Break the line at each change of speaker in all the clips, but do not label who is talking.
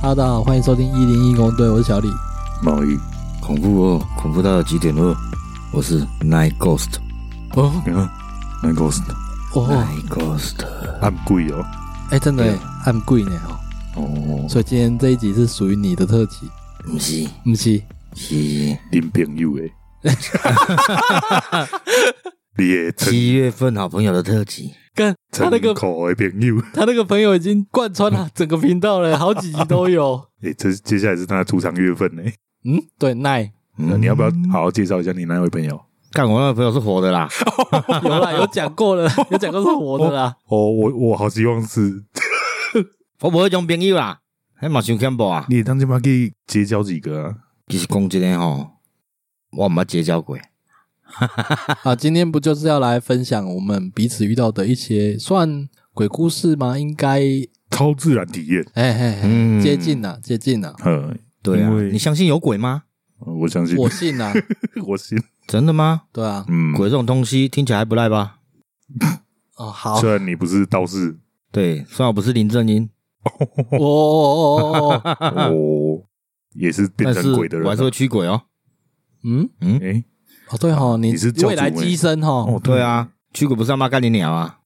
哈喽，大家好，欢迎收听一零一公队，我是小李。
贸易
恐怖哦，恐怖到极点哦！我是 Night Ghost，
哦
啊，那个是
哦，
Night Ghost，
按贵哦。
哎，真的耶按贵呢哦，
哦，
所以今天这一集是属于你的特辑，
不是
不是？
是
林朋友 诶，你的成
七月份好朋友的特辑，
跟他那
成
个
口的朋友，
他那个朋友已经贯穿 了整个频道了，好几集都有。
诶，这接下来是他的出场月份呢。
嗯，对， 奈
嗯
那你要不要好好介绍一下你那位朋友？
干我那个朋友是活的啦，
有啦，有讲过了，有讲过是活的啦。
哦，我我好希望是
我无迄种朋友啦，还嘛想看无啊？
你当今嘛可以结交几个啊？
其实讲真的吼，我毋捌结交过，
啊，今天不就是要来分享我们彼此遇到的一些算鬼故事吗？应该，
超自然体验，
哎嘿嘿，
嗯
接近了，接近了，
呃，
对啊
因为，
你相信有鬼吗？
呃我相信，
我信啊，
我信，
真的吗？
对 啊，
嗯，
鬼这种东西听起来还不赖吧？
哦好，
虽然你不是道士，
对，虽然我不是林正英，
哦哦哦 哦哦，
哦，也是变
啊但是
成鬼的人啊
我还是会
了。
驱鬼哦。
嗯，
诶，
哦对哈，你
你是教主
未来
欸
机身哈，
哦，
对，啊，驱鬼不是要骂干你鸟啊？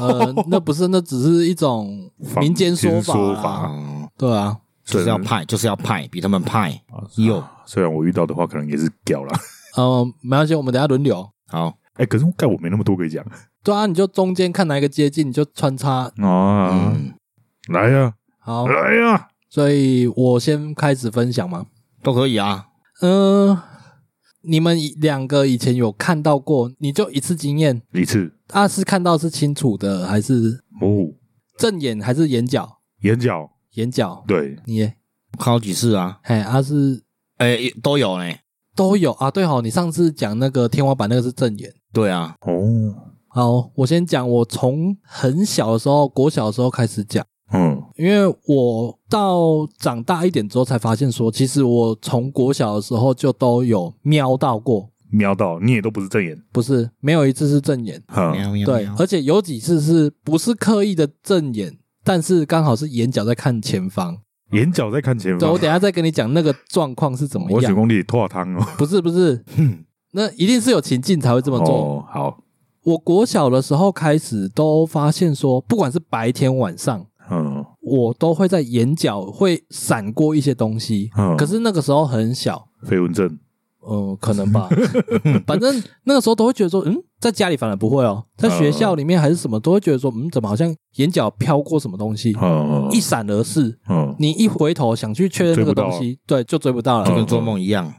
呃，那不是，那只是一种
坊
民间说
间
法
说
啦
法
哦，
对啊，
就是要
对
派，就是要派，比他们派
啊
有
虽然我遇到的话，可能也是屌啦。
呃，没关系，我们等一下轮流。
好。
哎、可是我盖我没那么多可以讲
对啊，你就中间看哪一个接近，你就穿插。
啊
嗯，
来啊呀、
好，
来哎呀、
所以我先开始分享嘛。
都可以啊。
嗯、你们以两个以前有看到过，你就一次经验，
一次
啊，是看到是清楚的，还是
哦，
正眼还是眼角？
眼角
眼角，
对，
你耶
考几次啊？
嘿，啊是
哎、都有呢、
都有啊。对哦，你上次讲那个天花板那个是正眼。
对啊，
哦，
好，我先讲，我从很小的时候，国小的时候开始讲。
嗯，
因为我到长大一点之后才发现说，其实我从国小的时候就都有瞄到过，
瞄到你也都不是正眼，
不是没有一次是正眼，
哈，
喵喵
对，而且有几次是不是刻意的正眼，但是刚好是眼角在看前方。
眼角在看前
对，
方
我。等一下再跟你讲那个状况是怎么
我选
样。
公里拓汤哦，
不是不是，那一定是有情境才会这么做。
哦，好，
我国小的时候开始都发现说，不管是白天晚上，
嗯
我都会在眼角会闪过一些东西，
嗯，
可是那个时候很小，
飞蚊症，
嗯，可能吧，反正那个时候都会觉得说，嗯，在家里反而不会哦，在学校里面还是什么都会觉得说，嗯，怎么好像眼角飘过什么东西，
嗯
一闪而逝。
嗯，
你一回头想去确认那个东西，对，就追不到
就
了，
嗯
跟做梦一样，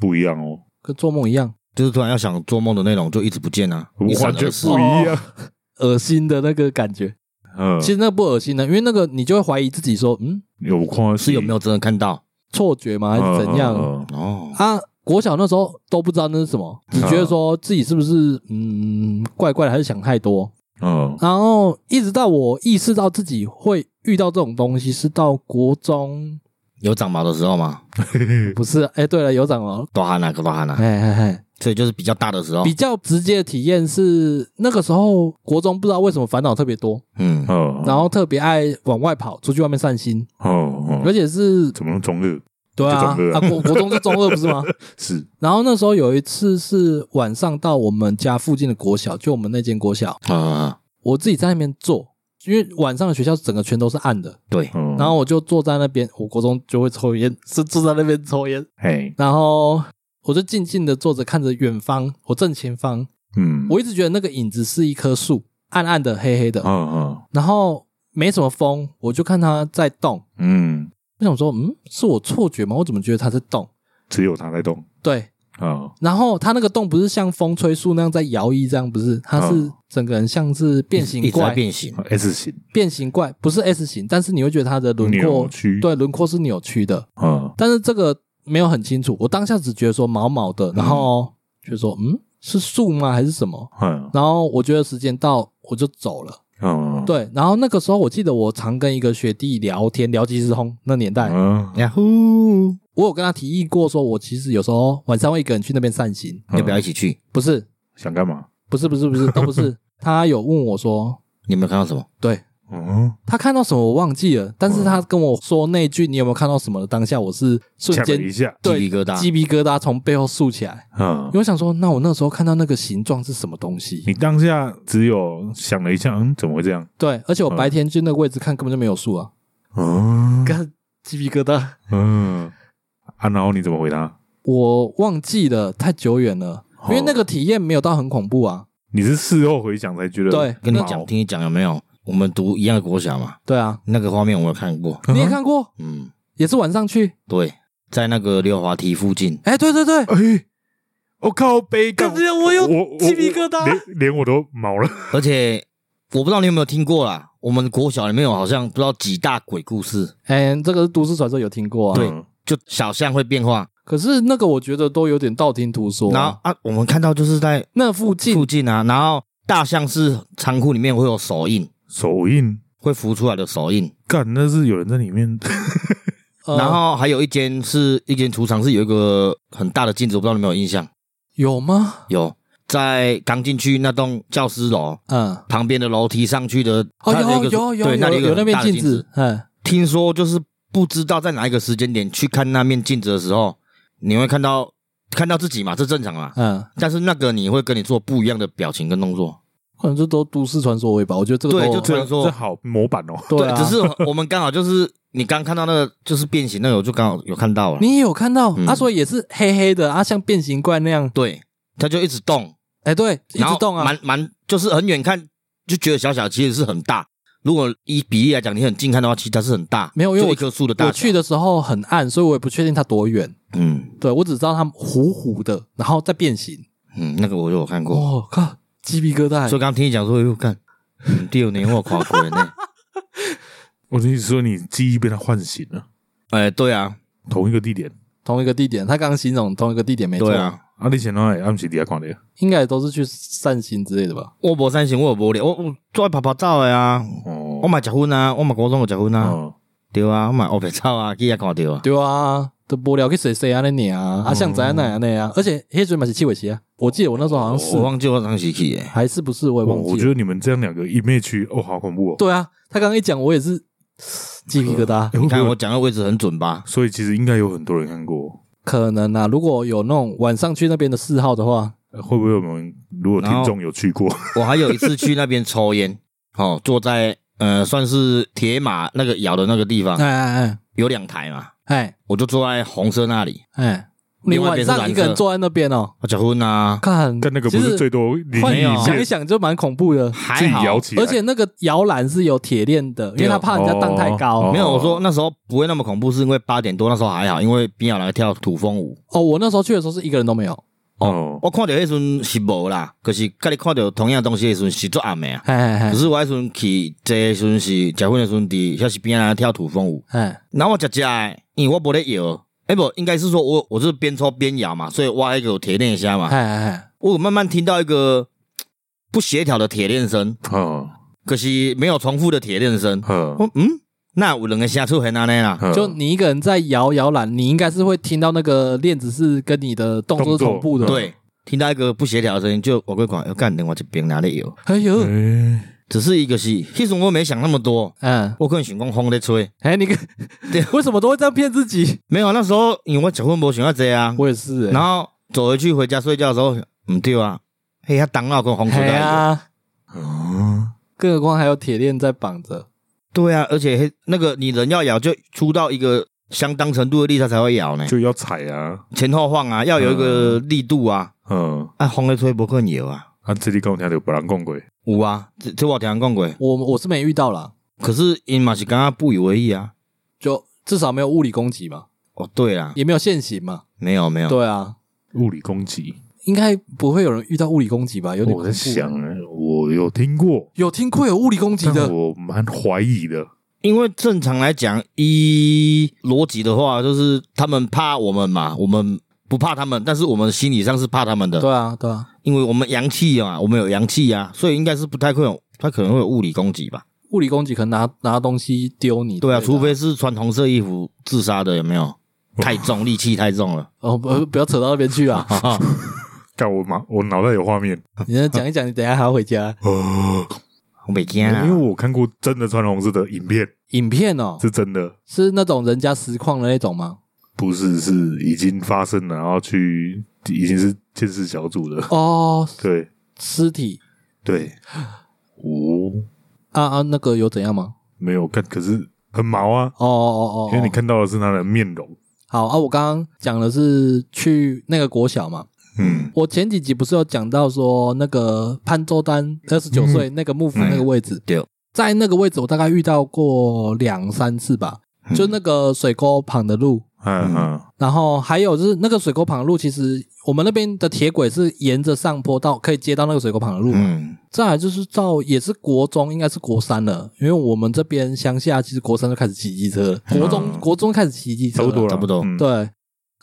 不一样哦，
跟做梦一样，
就是突然要想做梦的内容就一直不见啊，一闪
完全
而逝
不。一样，
恶心的那个感觉。
嗯，
哦其实那不恶心的，因为那个你就会怀疑自己说，嗯，
有看
是有没
有
有真的看到？
错觉吗？还
嗯
是怎样？
哦，
啊，国小那时候都不知道那是什么，只
嗯
觉得说自己是不是嗯怪怪的，还是想太多。
嗯
然后一直到我意识到自己会遇到这种东西，是到国中，
有长毛的时候吗？
不是？哎，对了，有长毛，
多哈哪个多哈哪，
哎哎哎，
所以就是比较大的时候
比。较直接的体验是那个时候国中不知道为什么烦恼特别多，
嗯，
嗯，
然后特别爱往外跑，出去外面散心，
嗯
而
嗯，
且是
怎么用中二
对啊
就中二
啊
啊
国国中是中二不 是吗？
是
然后那时候有一次是晚上到我们家附近的国小，就我们那间国小，
啊，
我自己在那边坐，因为晚上的学校整个全都是暗的，
对，
嗯，
然后我就坐在那边，我国中就会抽烟，是坐在那边抽烟，
嘿，
然后我就静静的坐着，看着远方，我正前方，
嗯，
我一直觉得那个影子是一棵树，暗暗的、黑黑的，
嗯
然后没什么风，我就看它在动。
嗯嗯，
我想说，嗯，是我错觉吗？我怎么觉得它在动？
只有他在动
对，
啊，
然后它那个动不是像风吹树那样在摇曳，这样不是？它是
嗯
整个人像是变
一
形
直在
怪，
变形。
S 型
变形怪不是 S 型，但是你会觉得它的轮廓
嗯扭，曲，
对，轮廓是扭曲的。
嗯，
但是这个没有很清楚，我当下只觉得说毛毛的，然后就说嗯是树吗还是什么？
嗯
然后我觉得时间到我就走了。
嗯，
对，然后那个时候我记得我常跟一个学弟聊天，聊即时通那年代，
嗯，
呀呼，
我有跟他提议过说，我其实有时候晚上会一个人去那边散心，
嗯
要不要一起去？
不是
想干嘛？
不是不是不是都不是，他有问我说，
你有没有看到什么？
对
嗯，
他看到什么我忘记了，但是他跟我说那句“你有没有看到什么”的当下，我是瞬
呛了
间
一下，
对
鸡皮疙瘩
鸡皮疙瘩从背后竖起来，
嗯
因为，我想说，那我那时候看到那个形状是什么东西？
你当下只有想了一下，嗯，怎么会这样？
对，而且我白天去那个位置看根本就没有树啊，
嗯
干鸡皮疙瘩，
嗯，啊，然后你怎么回答？
我忘记了，太久远了，因为那个体验没有到很恐怖啊。
你是事后回想才觉得，
对
跟你
毛嗯
讲，听你讲有没有？我们读一样的国小嘛，
对啊，
那个画面我有看过。
你也看过，
嗯，
也是晚上去。
对，在那个溜滑梯附近，
哎，对对对，
哎，我靠，悲感
感，觉我有
我
鸡皮疙瘩
我我连连我都毛了。
而且我不知道你有没有听过啦。我们国小里面有好像不知道几大鬼故事，
哎，这个是都市传说有听过啊。
对
嗯
就小象会变化，
可是那个我觉得都有点道听途说啊。
然后啊，我们看到就是在
那附
附
近，
近啊，然后大象是仓库里面会有手印，
手印
会浮出来的手印，
干，那是有人在里面，
呃
然后还有一间是一间储藏室，有一个很大的镜子，我不知道你有没有印象？
有吗？
有，在刚进去那栋教师楼
嗯，
旁边的楼梯上去的，
哦，
它一
有
个
有有
对，那里
有有
有
那
个很
面
大的
镜子
子，，
嗯，
听说就是不知道在哪一个时间点去看那面镜子的时候，你会看到看到自己嘛，这正常 嘛。
嗯，
但是那个你会跟你做不一样的表情跟动作，
可能这都都市传说而已吧。我觉得这个
对
都
就
这
传说
这好模板哦。
对啊，
只是我我们刚好就是你刚看到那个就是变形那个，我就刚好有看到了，
你也有看到
嗯
啊，所以也是黑黑的啊，像变形怪那样。
对，它就一直动，
哎，对，一
然
直
后
动啊，
蛮蛮就是很远看就觉得小小，其实是很大。如果以比例来讲，你很近看的话，其实它是很大，
没有因为
就
我
一棵树的大
我
小。
去的时候很暗，所以我也不确定它多远。
嗯
对我只知道它糊糊的，然后再变形。
嗯，那个我就有看过，
我靠，鸡皮疙瘩
所以！刚刚听你讲说，又看嗯第六年我跨过了呢。
我跟你说，你记忆被他唤醒了，
哎，对啊，
同一个地点，
同一个地点，他刚刚形容同一个地点没错
对，啊，
啊，你前头也暗时底下看的，
应该也都是去散心之类的吧？
我无三型，我有无聊，我我做爱拍拍照的啊，我
哦，
嘛结婚啊，我嘛高中有结婚啊，
哦，
对啊，我嘛黑白照啊，去遐看到啊，
对啊，都无聊去谁谁啊那你啊，啊像咱那样那样，而且黑水嘛是气尾鞋啊，我记得我那时候好像是
我忘记我当时去诶。
还是不是我也
我
忘
我
记
觉
了。
得你们这样两个一面去，哦，好恐怖哦。
对啊，他刚刚一讲我也是 鸡皮疙瘩。
哎
你看，
会不
我
会
讲的位置很准 吧？
所以其实应该有很多人看过，
可能啊，如果有那种晚上去那边的嗜好的话，
呃会不会我们如果听众有去过，
嗯
我还有一次去那边抽烟， 哦，坐在呃算是铁马那个窑的那个地方
哎，哎
有两台嘛，
哎
我就坐在红色那里，
哎哎，你
另外一
晚
边是
上一
蓝
个人
色，
坐在那边哦，
我结婚啊，
看，
但那个不
其
是
实
最多灵
换
异
没有
想一
面
想就蛮恐怖的，
自
还
己
好，
摇起来，
而且那个摇篮是有铁链的，因为
对哦
他怕人家荡太
哦
高。
没有我说那时候不会那么恐怖，是因为八点多那时候还好，因为边有人在跳土风舞，
哦，我那时候去的时候是一个人都没有，
哦，
我看到迄阵是无啦，可是甲你看到同样的东西的时阵是做暗的啊。
哎哎
可是我迄阵去坐的时阵是结婚的时阵，伫遐是边仔跳土风舞，
哎哎
然后我食食的，因为我无咧摇，哎不，应该是说我我是边抽边摇嘛，所以我还有铁链声嘛，
哎哎，
我有慢慢听到一个嘖不协调的铁链声，
哦
嗯
可是没有重复的铁链声，
嗯
我嗯，那有两个声出现安尼啦，
嗯
哦就你一个人在摇摇篮，你应该是会听到那个链子是跟你的动作是同步的。
嗯动作
对，听到一个不协调的声音，就我会管要哎干另外一边哪里有，
哎呦，
哎
只是一个是，迄阵我没想那么多，
嗯，
我可能想讲风在吹，
哎，你个
对
为什么都会这样骗自 己？
没有那时候因为我结婚没想要这啊，
我也
欸
是，
然后走回去回家睡觉的时候，唔对啊，嘿，他当那跟啊风吹
哎
来，
呀，
嗯
更何况还有铁链在绑着。
对啊，而且那那个你人要咬就出到一个相当程度的力，它才会咬呢，
就要踩啊，
前后晃啊，要有一个力度啊，
嗯，
啊，风在吹不可能有啊，
啊，这里跟我听到别人讲过，
有啊，这这我有听人讲过。
我我是没遇到啦，
可是因嘛是刚刚不以为意啊。
就至少没有物理攻击嘛，
哦，对啦，
也没有现行嘛。
没有没有，
对啊，
物理攻击，哦
应该不会有人遇到物理攻击吧？有点
我
恐
在
怖
想，我有听过，
有听过有物理攻击
但
的，
我蛮怀疑的，
因为正常来讲，依逻辑的话，就是他们怕我们嘛，我们不怕他们，但是我们心理上是怕他们的，
对啊，对啊，
因为我们阳气嘛，我们有阳气啊，所以应该是不太会有，他可能会有物理攻击吧？
物理攻击可能拿拿东西丢你之类
对
的。
啊，除非是穿红色衣服自杀的，有没有？太重，力气太重 了。
哦不不要扯到那边去 啊！
哈哈
但我马我脑袋有画面，
你再讲一讲，你等一下还要回家。
呃
我没惊
因为
啊，
我看过真的穿红色的影片，
影片哦，
是真的，
是那种人家实况的那种吗？
不是是已经发生了，然后去已经是监视小组了。
哦，
对
尸体
对，哦，
啊啊，那个有怎样吗？
没有看，可是很毛啊，
哦哦哦，哦
因为你看到的是他的面容。
好啊，我刚刚讲的是去那个国小嘛，
嗯，
我前几集不是有讲到说那个潘周丹二十九
嗯
岁那个幕府那个位置，
对哦
在那个位置我大概遇到过两三次吧，就那个水沟旁的路，
嗯嗯
然后还有就是那个水沟旁的路，其实我们那边的铁轨是沿着上坡到可以接到那个水沟旁的路，
嗯，
再来就是到也是国中，应该是国三了，因为我们这边乡下其实国三就开始骑机车了，国中、
嗯
国中开始骑机车
差不多
了，
了，
差不多
嗯，
对，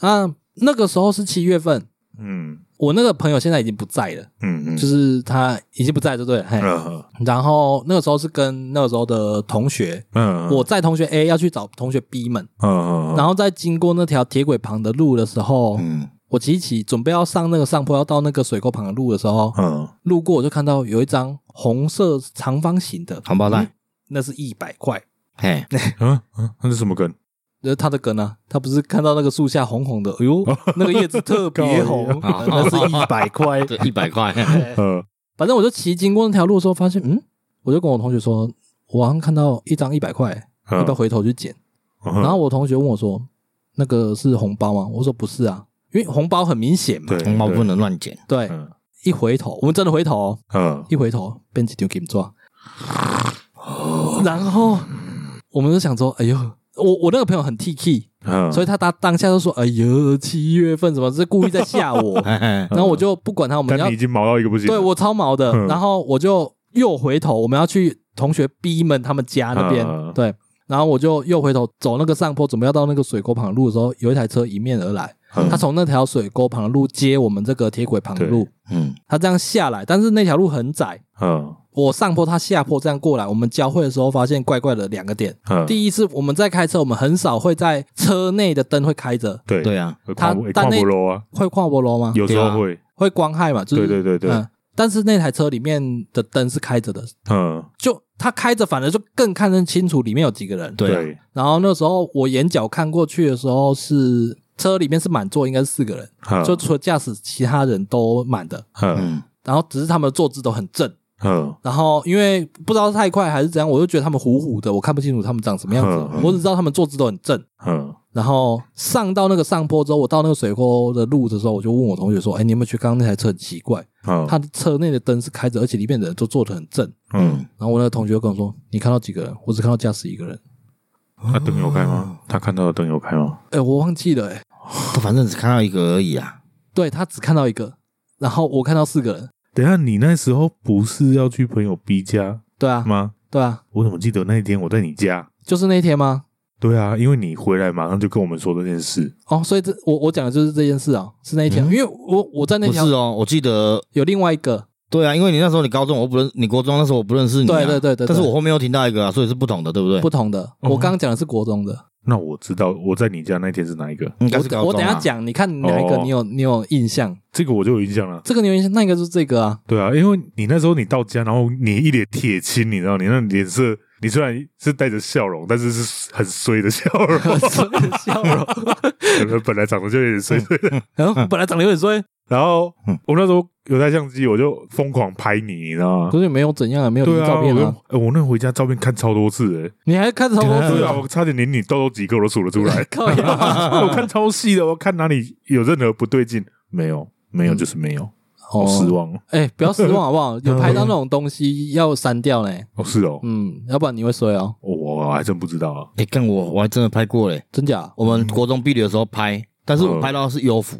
啊，那个时候是七月份，
嗯
我那个朋友现在已经不在了。
嗯嗯，
就是他已经不在，对不对了？嘿，
嗯
然后那个时候是跟那个时候的同学，
嗯，
我在同学 A 要去找同学 B 们，
嗯嗯，
然后在经过那条铁轨旁的路的时候，
嗯
我骑一骑准备要上那个上坡，要到那个水沟旁的路的时候，
嗯
路过我就看到有一张红色长方形的，
红包袋，
那是一百块。
嘿，
嗯嗯，那是什么梗？
那他的梗啊，他不是看到那个树下红红的，哎呦，那个叶子 特别红，
高啊
那是一百 块。
这一百块，
呃，
反正我就骑经过那条路的时候，发现嗯，我就跟我同学说，我好像看到一张一百块，要不要回头去捡？然后我同学问我说：“那个是红包吗？”我说：“不是啊，因为红包很明显嘛。
对
红包不，能乱捡，
对”
嗯
一回头，我们真的回头哦、
嗯
一回头变几丢给抓， 然后我们就想说：“哎呦，我我那个朋友很 T K，
嗯，
所以他当当下就说：‘哎呦，七月份怎么是故意在吓 我
嘿嘿？’
然后我就不管他，我们要
但你已经毛到一个不行，
对我超毛的，
嗯
然后我就又回头，我们要去同学 B 们他们家那边，
嗯
对，然后我就又回头走那个上坡，准备要到那个水沟旁的路的时候，有一台车迎面而来，
嗯
他从那条水沟旁的路接我们这个铁轨旁的路，
嗯
他这样下来，但是那条路很窄。
嗯
我上坡，他下坡，这样过来，我们交汇的时候发现怪怪的两个点。
嗯，
第一是我们在开车，我们很少会在车内的灯会开着，
对
对啊，
他跨不楼啊，
会跨波罗吗？
有时候会，
会光害嘛？就是
对对对对，
嗯，但是那台车里面的灯是开着的，
嗯
就他开着，反而就更看得清楚里面有几个人。
对啊，
对，
然后那时候我眼角看过去的时候是车里面是满座，应该是四个人，就除了驾驶，其他人都满的。
嗯
嗯
然后只是他们的坐姿都很正。
嗯
然后因为不知道太快还是怎样，我就觉得他们糊糊的，我看不清楚他们长什么样
嗯
子。
嗯
我只知道他们坐姿都很正。
嗯
然后上到那个上坡之后，我到那个水沟的路的时候，我就问我同学说：“哎，你有没有觉得刚刚那台车很奇怪？
嗯，
他的车内的灯是开着，而且里面的人都坐得很正。”
嗯，
然后我那个同学就跟我说：“你看到几个人？我只看到驾驶一个人。
他灯有开吗？他看到的灯有开吗？
哎，我忘记了、哎，
他 反正只看到一个而已啊，
对他只看到一个，然后我看到四个人。
等下，你那时候不是要去朋友 B 家
对啊，
嗯
吗？
对啊，
我怎么记得那一天我在你家？
就是那一天吗？
对啊，因为你回来马上就跟我们说这件事。
哦，所以这我我讲的就是这件事啊，是那一天，因为我我在那
嗯不是
条
哦，我记得，
有另外一个，
对啊，因为你那时候你高中我不认，你国中那时候我不认识你啊，
对对对对对
但是我后面又听到一个啊，所以是不同的，对不对？嗯
不同的。
哦
我刚刚讲的是国中的，
那我知道我在你家那天是哪一个，
应该
我
是高
等
中啊
我等一下，讲，你看哪一个
哦
你有你有印象？
这个我就有印象了。
这个你有印象，那个就是这个 啊。
对啊，因为你那时候你到家，然后你一脸铁青，你知道，你那脸色，你虽然是带着笑容，但是是很衰的笑容，
所以笑容，
可能本来长得就有点衰衰的。
然嗯后本来长得有点衰，
然后
嗯
我那时候有台相机，我就疯狂拍你，你知道吗
可？是也没有怎样，也没有
对
留
啊，
照片
我
啊
用。呃我那回家照片看超多次诶、
你还看超多
欸，对
次
啊，
啊？，
我差点连你痘痘几个我都数得出来
靠呀！
我看超细的，我看哪里有任何不对劲，没有，
嗯
没有就是没有，好失望哦，
哎、不要失望好不 好？有拍到那种东西要删掉嘞，
哦是哦，
嗯，要不然你会衰哦，
我还真不知道啊，
哎，跟我我还真的拍过嘞，
真假？
我们国中毕业的时候拍，但是我
嗯
拍到的是优抚，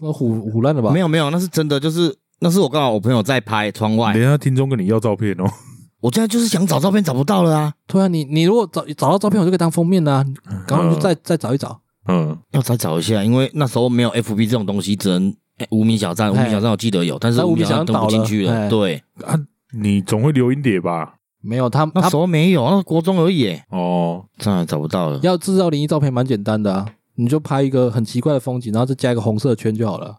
那虎虎烂了吧？
没
有，
有没有，那是真的，就是那是我刚好我朋友在拍窗外
等，一下听众跟你要照片哦，
我现在就是想找照片找不到了啊，
对啊，你你如果找找到照片，我就可以当封面啦、赶快去再、再找一找。
嗯
要再找一下，因为那时候没有 FB 这种东西，只能哎无名小站，无名小站我记得有，但是
但
无名小站
无名小站
登不进去
倒了
了，
哎
对，
啊，你总会留一点吧？
没有他
那
他
时候没有，那国中而已耶，
哦，
当然找不到了。
要制造灵异照片蛮简单的啊，你就拍一个很奇怪 的风景，然后再加一个红色的圈就好了。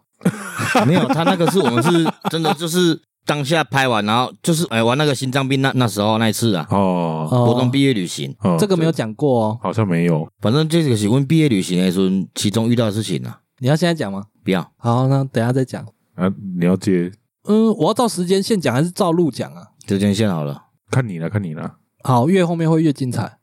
没有，他那个是我们是真的就是当下拍完，然后就是哎、玩那个心脏病那那时候那一次啊，
哦，
哦
国中毕业旅行，
哦
这个没有讲过哦，
好像没有，
反正这个是我们毕业旅行的时候其中遇到的事情啊，
你要现在讲吗？
不要
好，那等一下再讲。
啊，你要接，
嗯，我要照时间线讲还是照路讲啊？
时间线好了，
看你了，看你了，
好，越后面会越精彩。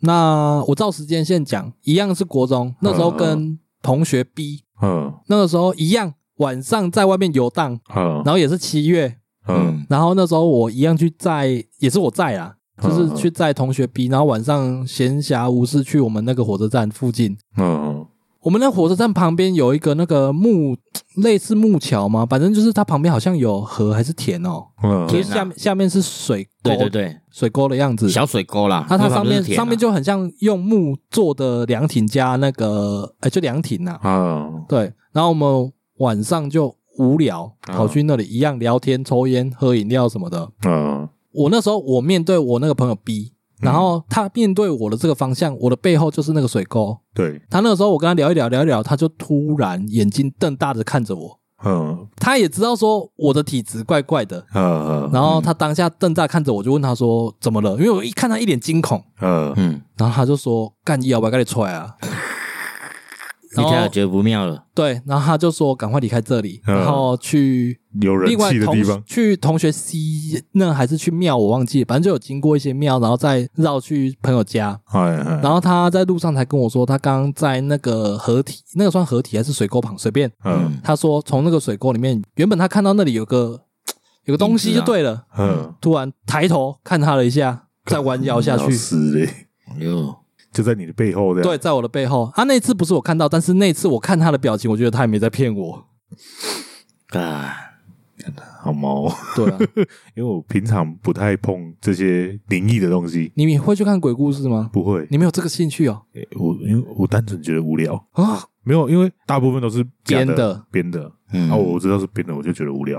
那我照时间线讲，一样是国中，那时候跟同学 B，
嗯
那个时候一样晚上在外面游荡，
嗯
然后也是七月，
嗯，
然后那时候我一样去载，也是我载啦，就
嗯
是
嗯
去载同学 B，然后晚上闲暇无事去我们那个火车站附近。
嗯
我们那火车站旁边有一个那个木，类似木桥嘛，反正就是它旁边好像有河还是田哦，
嗯
就是
田啊
下面下面是水沟，
对对对，
水沟的样子。
小水沟啦，
那它
那
上
旁边
面
是田啊
上面就很像用木做的凉亭加那个，哎、就凉亭呐、
嗯
对，然后我们晚上就无聊，
嗯
跑去那里一样聊天、抽烟、喝饮料什么的。
嗯
我那时候我面对我那个朋友 B，然后他面对我的这个方向，我的背后就是那个水沟。
对，
他那个时候我跟他聊一聊，聊一聊，他就突然眼睛瞪大的看着我。
嗯
他也知道说我的体质怪怪的，
嗯，
然后他当下瞪大看着我，就问他说怎么了？因为我一看他一脸惊恐，
嗯
嗯，
然后他就说干一摇把给你出来 啊！
你
然后
这样觉得不妙了，
对，然后他就说赶快离开这里，
嗯
然后去
有人
另外
气的地方
同，去同学 C 那还是去庙，我忘记了，反正就有经过一些庙，然后再绕去朋友家。
哎哎，
然后他在路上才跟我说，他刚刚在那个呃河体，那个算河体还是水沟旁，随便。
嗯
他说从那个水沟里面，原本他看到那里有个有个东西就对了，
嗯，
突然抬头看他了一下，再弯腰下去
老，师嘞，
嗯哟，
就在你的背后这
对，
样，
在我的背后。啊，那次不是我看到，但是那次我看他的表情，我觉得他也没在骗我。
啊，
好毛，哦
对啊，
因为我平常不太碰这些灵异的东西，
你会去看鬼故事吗？
不会，
你没有这个兴趣哦？
诶我因为我单纯觉得无聊，
啊，
没有，因为大部分都是假
编的
编的，
嗯
然后啊我知道是编的，我就觉得无聊，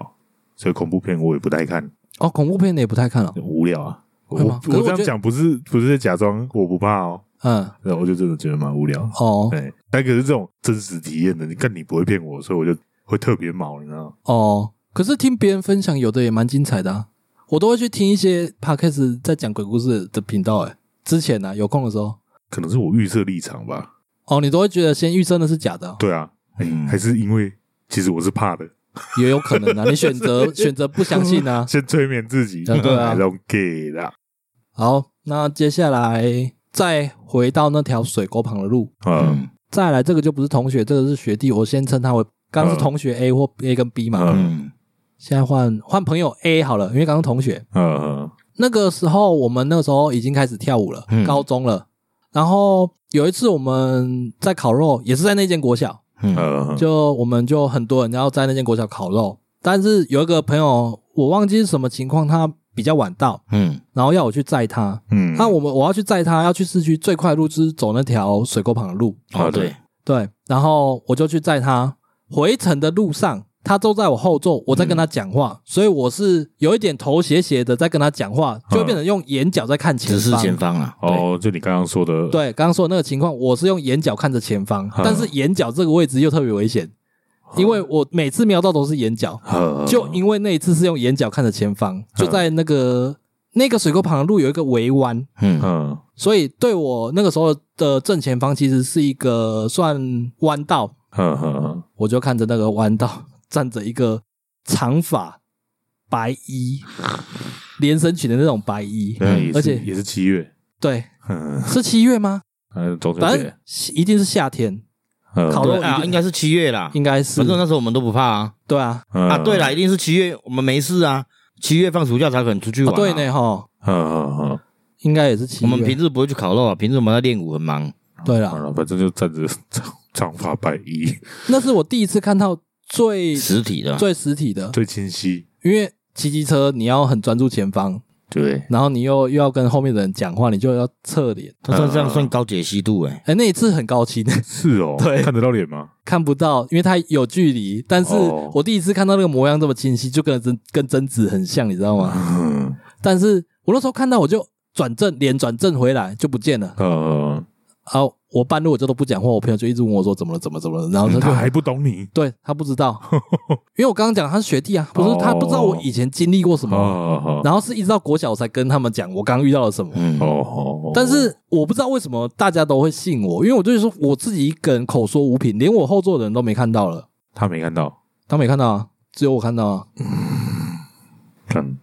所以恐怖片我也不太看，
哦，恐怖片你也不太看了、
无聊啊。我
会吗可是
我
我
这样
觉得
讲不是不是在假装我不怕哦，
嗯，
那我就真的觉得蛮无聊。
哦
对，哎但可是这种真实体验的，你看你不会骗我，所以我就会特别毛，你知道吗？
哦，可是听别人分享，有的也蛮精彩的、啊。我都会去听一些 podcast 在讲鬼故事的频道、欸。之前呢、啊，有空的时候，
可能是我预设立场吧。
哦，你都会觉得先预真的是假的哦、
对啊，哎
嗯
还是因为其实我是怕的，
也有可能啊。你选择选择不相信啊。
先催眠自己。
啊对啊
I don't care 啦。
好，那接下来再回到那条水沟旁的路，
嗯
嗯
再来这个就不是同学，这个是学弟，我先称他为刚刚是同学 A 或 A 跟 B 嘛，
嗯
嗯
现在换换朋友 A 好了，因为刚刚同学。
嗯
那个时候我们那个时候已经开始跳舞了，
嗯
高中了。然后有一次我们在烤肉，也是在那间国小，
嗯
嗯，
就我们就很多人要在那间国小烤肉，但是有一个朋友我忘记是什么情况，他比较晚到，
嗯
然后要我去载他。
嗯，
那、我们我要去载他，要去市区最快的路就是走那条水沟旁的路，
好
哦
的
对，
对。然后我就去载他，回程的路上。他坐在我后座，我在跟他讲话，所以我是有一点头斜斜的在跟他讲话，就会变成用眼角在看前
只是
方。
前方啊，对，
哦，就你刚刚说的，
对，刚刚说的那个情况，我是用眼角看着前方，
嗯
但是眼角这个位置又特别危险，因为我每次瞄到都是眼角，
嗯，
就因为那一次是用眼角看着前方，就在那个那个水沟旁的路有一个围弯，
嗯
嗯
所以对我那个时候的正前方其实是一个算弯道，
嗯嗯
我就看着那个弯道站着一个长发白衣连身裙的那种白衣，
嗯，也是
而且
也是七月，
对，
嗯，
是七月吗？
呃，中秋
反
节
正，一定是夏天，
嗯
烤肉
对啊，应该是七月啦，
应该是
反正那时候我们都不怕啊，
对啊。
嗯
啊，对啦，一定是七月，我们没事啊。七月放暑假才肯出去玩、
啊、对，呢，哈，
嗯嗯嗯。
应该也是七
我
月。
们平日不会去烤肉啊，平时我们在练舞，很忙。
对
好
啦，
了，反正就站着 长长发白衣
那是我第一次看到最
实体的，
最实体的，
最清晰，
因为骑机车你要很专注前方，
对，
然后你又又要跟后面的人讲话，你就要侧脸。
他算这样算高解析度哎、
哎，那一次很高清，
是哦，
对
看得到脸吗？
看不到，因为它有距离。但是
哦
我第一次看到那个模样这么清晰，就跟真跟贞子很像，你知道 吗？
嗯哦
但是我那时候看到我就转正，脸转正回来就不见了。
呃，
啊，我半路我就都不讲话，我朋友就一直问我说怎么了，怎么了怎么了，然后他就、
嗯他还不懂你
对他不知 道，因为我刚刚讲他是学弟啊，不是他不知道我以前经历过什么，
哦
然后是一直到国小我才跟他们讲我刚遇到了什么。
嗯
哦，哦，
但是我不知道为什么大家都会信我，因为我就是说我自己一个人口说无凭，连我后座的人都没看到了，
他没看到，
他没看到啊，只有我看到啊，
看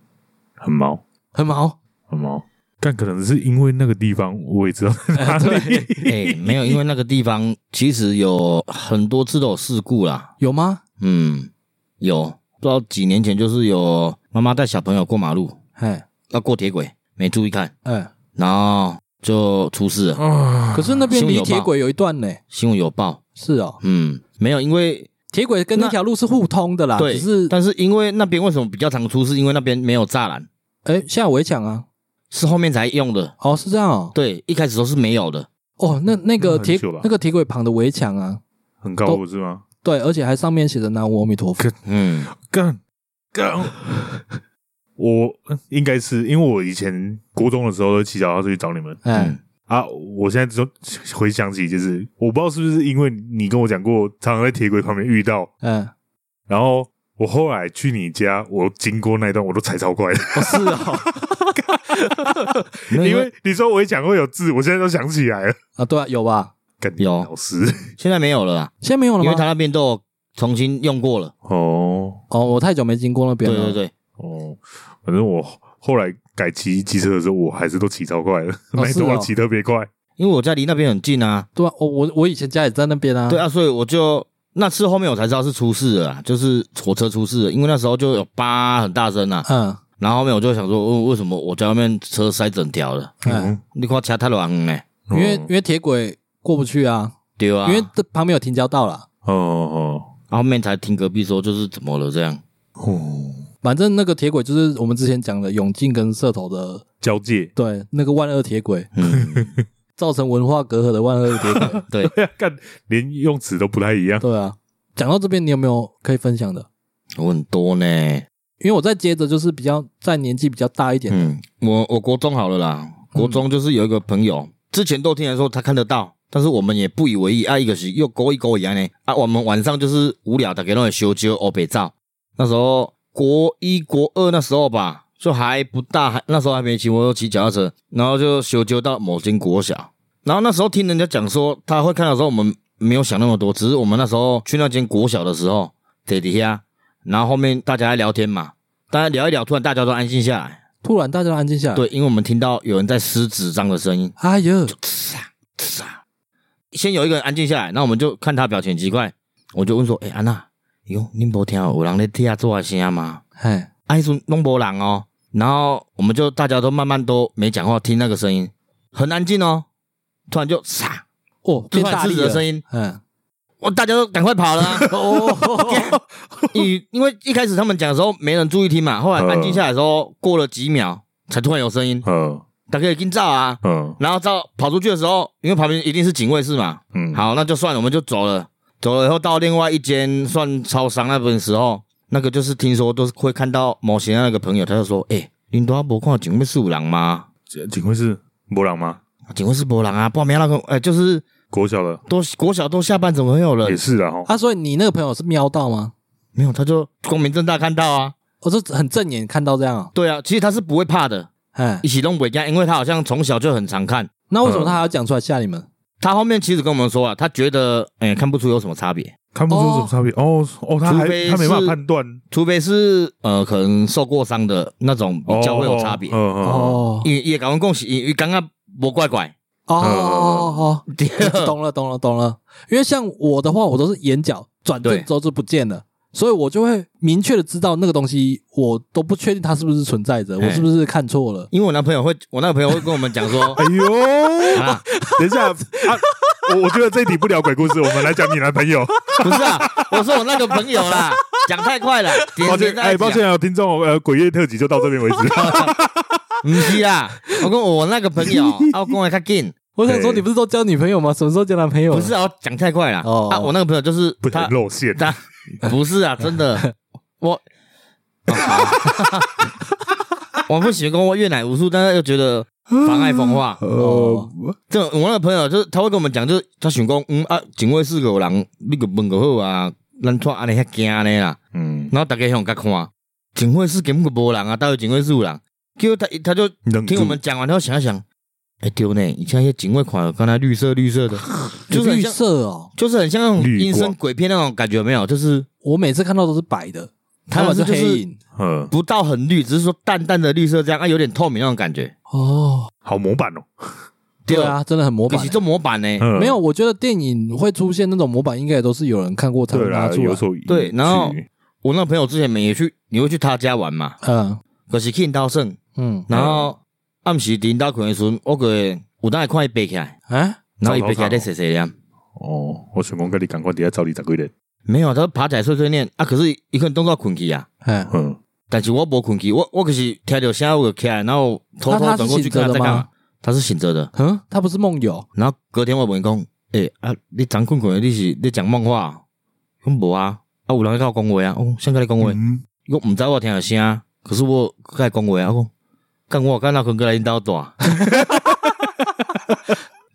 很毛
很毛。
很毛，但可能是因为那个地方我也知道 在哪里，
哎、没有，因为那个地方其实有很多次都有事故啦。
有吗？
嗯，有，不知道几年前就是有妈妈带小朋友过马路，
哎
要过铁轨，没注意看，
哎，
然后就出事
哦
了。
啊
可是那边离铁轨有一段呢、
新闻有报，
是哦，
嗯，没有，因为
铁轨跟那条路是互通的啦，
对，
啊只是
但是因为那边为什么比较常出事？因为那边没有栅栏，
哎下围墙啊，
是后面才用的。
哦是这样哦，
对，一开始都是没有的。
哦那那个
那很
铁
久了
那个铁轨旁的围墙啊，
很高不是吗？
对，而且还上面写着南无阿弥陀佛
可，
嗯，
干干， 我应该是因为我以前国中的时候都骑脚踏车去找你们
哎
嗯
啊，我现在只有回想起，就是我不知道是不是因为你跟我讲过，常常在铁轨旁边遇到，
嗯
哎，
然后我后来去你家，我经过那一段我都踩超快的，
哦
哎
是哦
没有
因为你说我一讲会有字，我现在都想起来了。
啊对啊有吧？
干你
有
老师
现在没有了啦，
现在没有了
因为
吗
他？那边都有重新用过了。
哦
哦，我太久没经过那边
对
了。
对对，
哦，反正我后来改骑机车的时候，我还是都骑超快的，
哦
那一
是哦
段我骑特别快。
因为我家离那边很近啊。
对啊，我我我以前家也在那边啊。
对啊，所以我就那次后面我才知道是出事了啦，就是火车出事了，因为那时候就有叭很大声啊，
嗯，
然后后面我就想说，哦，为什么我家外面车塞整条了？
嗯，
你看车太乱呢？
因为因
哦
为铁轨过不去啊，
对啊，
因为这旁边有停交道啦。
哦
然后后面才听隔壁说，就是怎么了这 样。
哦哦，
反正那个铁轨就是我们之前讲的永靖跟社头的，
交界。
对，那个万恶铁轨
嗯，
造成文化隔阂的万恶铁轨。
对，
干，连用词都不太一样。
对啊，讲到这边，你有没有可以分享的？
我很多呢。
因为我再接着就是比较在年纪比较大一点，
嗯，我我国中好了啦，国中就是有一个朋友，之前都听人说他看得到，但是我们也不以为意啊，一个是又勾一勾一样呢啊，我们晚上就是无聊，大家都会修修欧北照。那时候国一国二那时候吧，就还不大，还那时候还没骑摩托骑脚踏车，然后就修修到某间国小，然后那时候听人家讲说他会看到的时候，我们没有想那么多，只是我们那时候去那间国小的时候，在底下，然后后面大家在聊天嘛，大家聊一聊，突然大家都安静下来。
突然大家都安静下来。，
啊对，因为我们听到有人在撕纸张的声音，
哎呦，
呲啊呲啊。先有一个人安静下来，那我们就看他表情很奇怪，我就问说：“哎、安娜，哟，你没听到有人在底下做声吗？
嘿，
啊，迄阵拢无人哦。”然后我们就大家都慢慢都没讲话，听那个声音，很安静哦。突然就唰，
哦，
就
变
突
大
然
力
撕纸
了
的声音，
嗯，
我大家都赶快跑了、啊。
哦，
因因为一开始他们讲的时候没人注意听嘛，后来安静下来的时候，过了几秒才突然有声音，
嗯
大家已经照啊。
嗯
然后到跑出去的时候，因为旁边一定是警卫室嘛，
嗯，
好，那就算了，我们就走了。走了以后到另外一间算超商那边的时候，那个就是听说都是会看到某些那个朋友，他就说：“哎、欸，恁都无看警卫室有人吗？
这警卫是博朗吗？
警卫室无人啊，报名那个，哎、就是
国小的
都国小都下班，怎么会有
也
人？
是啦哦哈。
啊，所以你那个朋友是瞄到吗？
没有，他就光明正大看到啊。
我是很正眼看到这样啊，
对啊，其实他是不会怕的，
哎
一，起弄鬼家，因为他好像从小就很常看。
那为什么他还要讲出来吓你们？
他后面其实跟我们说啊，他觉得哎、看不出有什么差别。
看不出有什么差别。哦哦，他还
除非是
他没办法判断，
除非是呃，可能受过伤的那种比
哦
较会有差别
嗯。嗯哦，
哦
也也甲阮讲是，伊伊感觉无怪 怪。
哦哦哦
对
哦， 懂了懂了懂了。因为像我的话，我都是眼角转
对
正之后就不见了，所以我就会明确的知道那个东西，我都不确定它是不是存在着，
哎
我是不是看错了？
因为我男朋友会，我那个朋友会跟我们讲说
哎呦，
啊，
等一下啊，我我觉得这一题不聊鬼故事，我们来讲你男朋友。
不是啊，我说我那个朋友啦， 讲太快了，
抱
点点
歉，哎，
再
抱
讲，
歉啊，听众，呃，鬼月特辑就到这边为止。
不是啦，我跟我那个朋 友，啊，我讲的较紧，
我想说，
哎
你不是都交女朋友吗？什么时候交男朋友了？
不是啊，我讲太快了，
哦
啊，我那个朋友就是
哦不
他
能，露馅，
他不是啊，真 的，我。啊好我不喜欢跟我越奶无数，但是又觉得妨碍风 化。
哦
呃，
这种我那个朋友就是他会跟我们讲，就是他想讲，嗯啊，警卫室有人，你个问个好啊，咱拖安尼遐惊呢啦。
嗯，
然后大家向甲看，警卫室根本就无人啊，到底警卫室有人？结果他他就
冷
听我们讲完，他就想一想，哎丢呢，以前那些警卫款，刚才绿色绿色的，就是很
绿
像，
色哦，
就是很像那种
绿光
阴森鬼片那种感觉，有没有？就是
我每次看到都是白的，
他
他们
们
是
就是
黑影
呃，
不到很绿，只是说淡淡的绿色这样，啊，有点透明那种感觉。
哦。
好模板哦，
对啊，真的很模
可
板
是。这模板呢，
嗯
没有，我觉得电影会出现那种模板，应该也都是有人看过才会
对
拿
啦，
出
有
来。
所
对然后我那个朋友之前也去，你会去他家玩嘛？
嗯
可是去因兜耍，
嗯，
然后暗时伫因兜困的时阵，我个有当会看伊爬起来，
哎，
然后伊爬起来在洗洗念。
啊
哦，我想讲跟你赶快底下找你十几人，
没有，啊他爬起来碎碎念啊，可是伊可能动作困去啊。
哎，
嗯，
但是我无困去，我我可是听到声我就起来，然后偷偷
那他是
转过去
醒着的
看他在干嘛
吗。
他是醒着的，
嗯，他不是梦游，
然后隔天我问伊讲，诶、啊，你昨困困的，你是你讲梦话？我无啊，啊有人在跟我讲话啊，哦，谁跟你讲话？
嗯
我毋知我有听到声，可是我甲伊讲话啊，我讲干我干那困过来因兜大。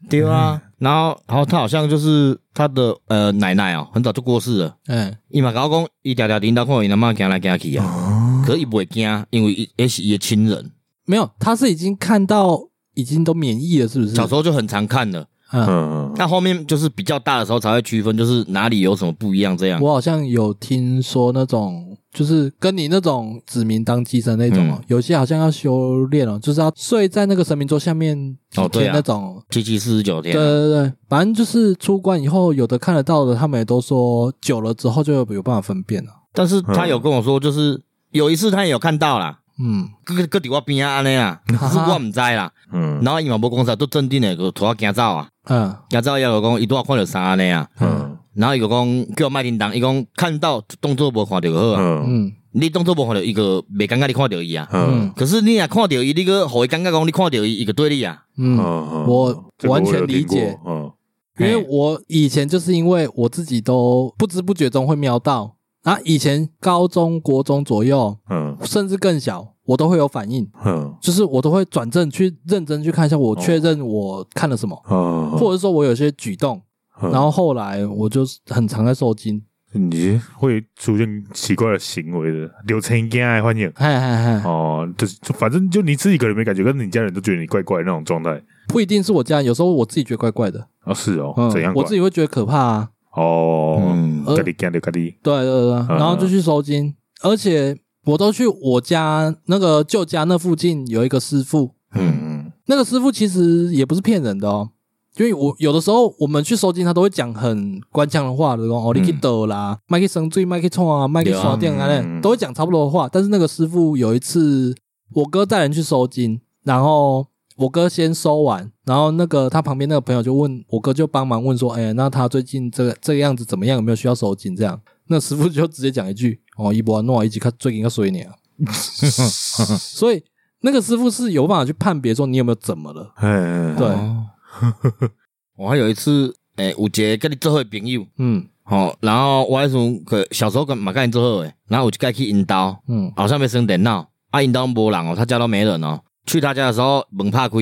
对啊，然后然后他好像就是他的呃奶奶哦，很早就过世了。
哎，
伊嘛甲我讲，伊常常领导看伊阿嬷行来行去啊，
啊，
可是伊袂惊，因为伊那是伊的亲人，
没有，他是已经看到已经都免疫了，是不是？
小时候就很常看了。
嗯，
嗯，
那后面就是比较大的时候才会区分，就是哪里有什么不一样这样。
我好像有听说那种，就是跟你那种指名当寄生那种哦
嗯，
有些好像要修炼哦，就是要睡在那个神明桌下面几
哦对
天
啊
那种。
七七四十九天
对
啊，
对对，反正就是出关以后，有的看得到的，他们也都说久了之后就有办法分辨了。
但是他有跟我说，就是有一次他也有看到啦，
嗯，
个个伫我边啊安尼 啦，可是我毋知啦。
嗯
然后伊嘛无讲啥，都镇定诶，就拖我行走啊，
嗯，
行走伊就讲伊拄啊看着啥安尼啊，
嗯
然后伊就讲叫我莫叮当，伊讲看到动作无看着就好啊，
嗯
嗯
你动作无看着伊个袂感觉你看着伊啊。
嗯
嗯
可是你若看到伊，你个互伊感觉讲你看到伊，伊个对你啊，
嗯，
嗯
我完全理解，
嗯
因为
嘿
我以前就是因为我自己都不知不觉中会瞄到啊，以前高中国中左右，
嗯
甚至更小，我都会有反应，
嗯
就是我都会转正去认真去看一下，我确认我看了什么，
嗯，
或者说我有些举动，
嗯
然后后来我就很常在受惊，
你会出现奇怪的行为的，流程应该欢迎。
嗨嗨嗨，
哦，就是就反正就你自己可能没感觉，但是你家人都觉得你怪怪的那种状态
不一定是我家人，有时候我自己觉得怪怪的，
啊，是哦，
嗯
怎样，怪？
我自己会觉得可怕啊，
哦，
嗯
呃
咖喱干的咖喱，
对对
嗯
对对，然后就去收金，而且我都去我家那个旧家那附近有一个师傅，
嗯，
嗯
那个师傅其实也不是骗人的哦，因为我有的时候我们去收金，他都会讲很官腔的话，就讲哦你去倒啦，麦去生罪，麦去冲啊，麦去刷电啊
对啊
嘞，都会讲差不多的话。但是那个师傅有一次，我哥带人去收金，然后。我哥先收完，然后那个他旁边那个朋友就问我哥就帮忙问说，哎、那他最近这个这个样子怎么样？有没有需要收金？这样，那师傅就直接讲一句：“哦，伊波诺伊及看最近要水你啊。”所以那个师傅是有办法去判别说你有没有怎么了。
嗯，
对
哦我还有一次，诶、有一个跟你做伙的朋友，
嗯
吼、然后我迄阵个小时候跟嘛跟你做伙诶，然后有一次去因兜，
嗯
好像被生电脑，啊因兜无人哦，他家都没人哦，去他家的时候门拍开，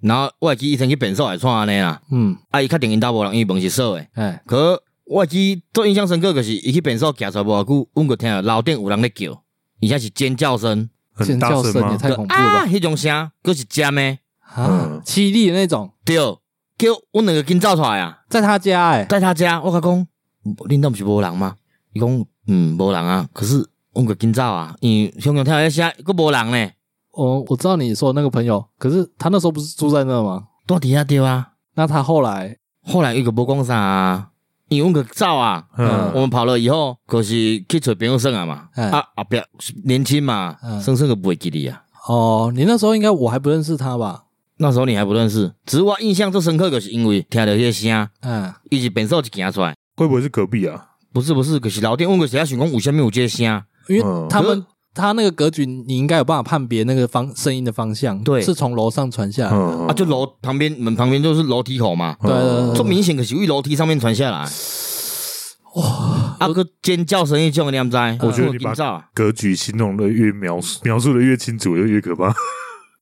然后我会记医生去诊所来创安尼啦，
嗯，
啊伊确定因兜无人，因为门是锁诶，
哎
可我会记最印象深刻就是伊去诊所行出来无偌久，阮个听到楼顶有人咧叫，而且是尖叫声。
尖
很大
叫
声
声也
吗？
太恐怖
啊，
了
迄种声，佫是尖的，
啊
嗯！
凄厉的那种，
对，叫阮两个紧走出来啊，
在他家哎，
在他家，我甲讲，恁兜毋是无人吗？伊讲，嗯，无人啊，可是阮个紧走啊，因为雄雄听到迄声，佫无人呢，
我我知道你说的那个朋友，可是他那时候不是住在那吗？
住伫遐对啊，
那他后来
后来伊个无讲啥啊，因为阮个走啊，
嗯
我们跑了以后，可是去找朋友耍啊嘛，
嗯
啊后壁年轻嘛，
嗯
算算个袂记哩啊。
哦，你那时候应该我还不认识他吧？
那时候你还不认识，只是我印象最深刻，就是因为听到迄个声，
嗯
伊是变手就行出来，
会不会是隔壁啊？
不是不是，可是老店问过谁，想讲有啥物有这个声，
因
嗯
为他们
可
他那个格局，你应该有办法判别那个方声音的方向，
对
是从楼上传下来的。
嗯
啊，就楼旁边门旁边就是楼梯口嘛，
对对对
这明显可是由楼梯上面传下来。哇！啊个尖叫声一种，你们知？
嗯
我觉得你
惊
把
炸，
格局形容的越描述描述的越清楚，就越可怕。啊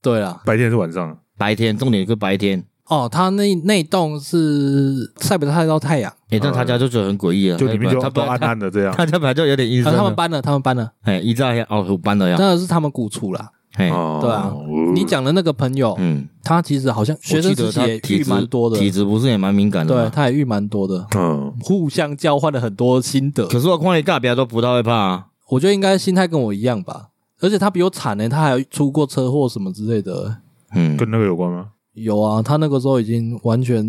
对啦，
白天还是晚上？啊
白天，重点是白天。
哦，他那那一栋是晒不太到太阳，
哎、但他家就觉得很诡
嗯
异了，
呃
啊
就里面就
他
都
本来
暗
他
暗的 这样。
他家本来就有点阴
啊
森
他们
了，
搬了，他们搬了，
哎，依照哦虎班的呀，
那是他们古厝啦。
哎，
哦
对啊你，讲的那个朋友，
嗯，
他其实好像学
我
生
记
时
得
期
他
也
体
遇
质
蛮多的，
体质不是也蛮敏感的
对，
吗？
他也遇蛮多的，
嗯，
互相交换了很多心得。
可是我看你大表都不太会怕啊，
我觉得应该心态跟我一样吧，而且他比我惨呢、欸他还出过车祸什么之类的。
嗯，
跟那个有关吗？
有啊，他那个时候已经完全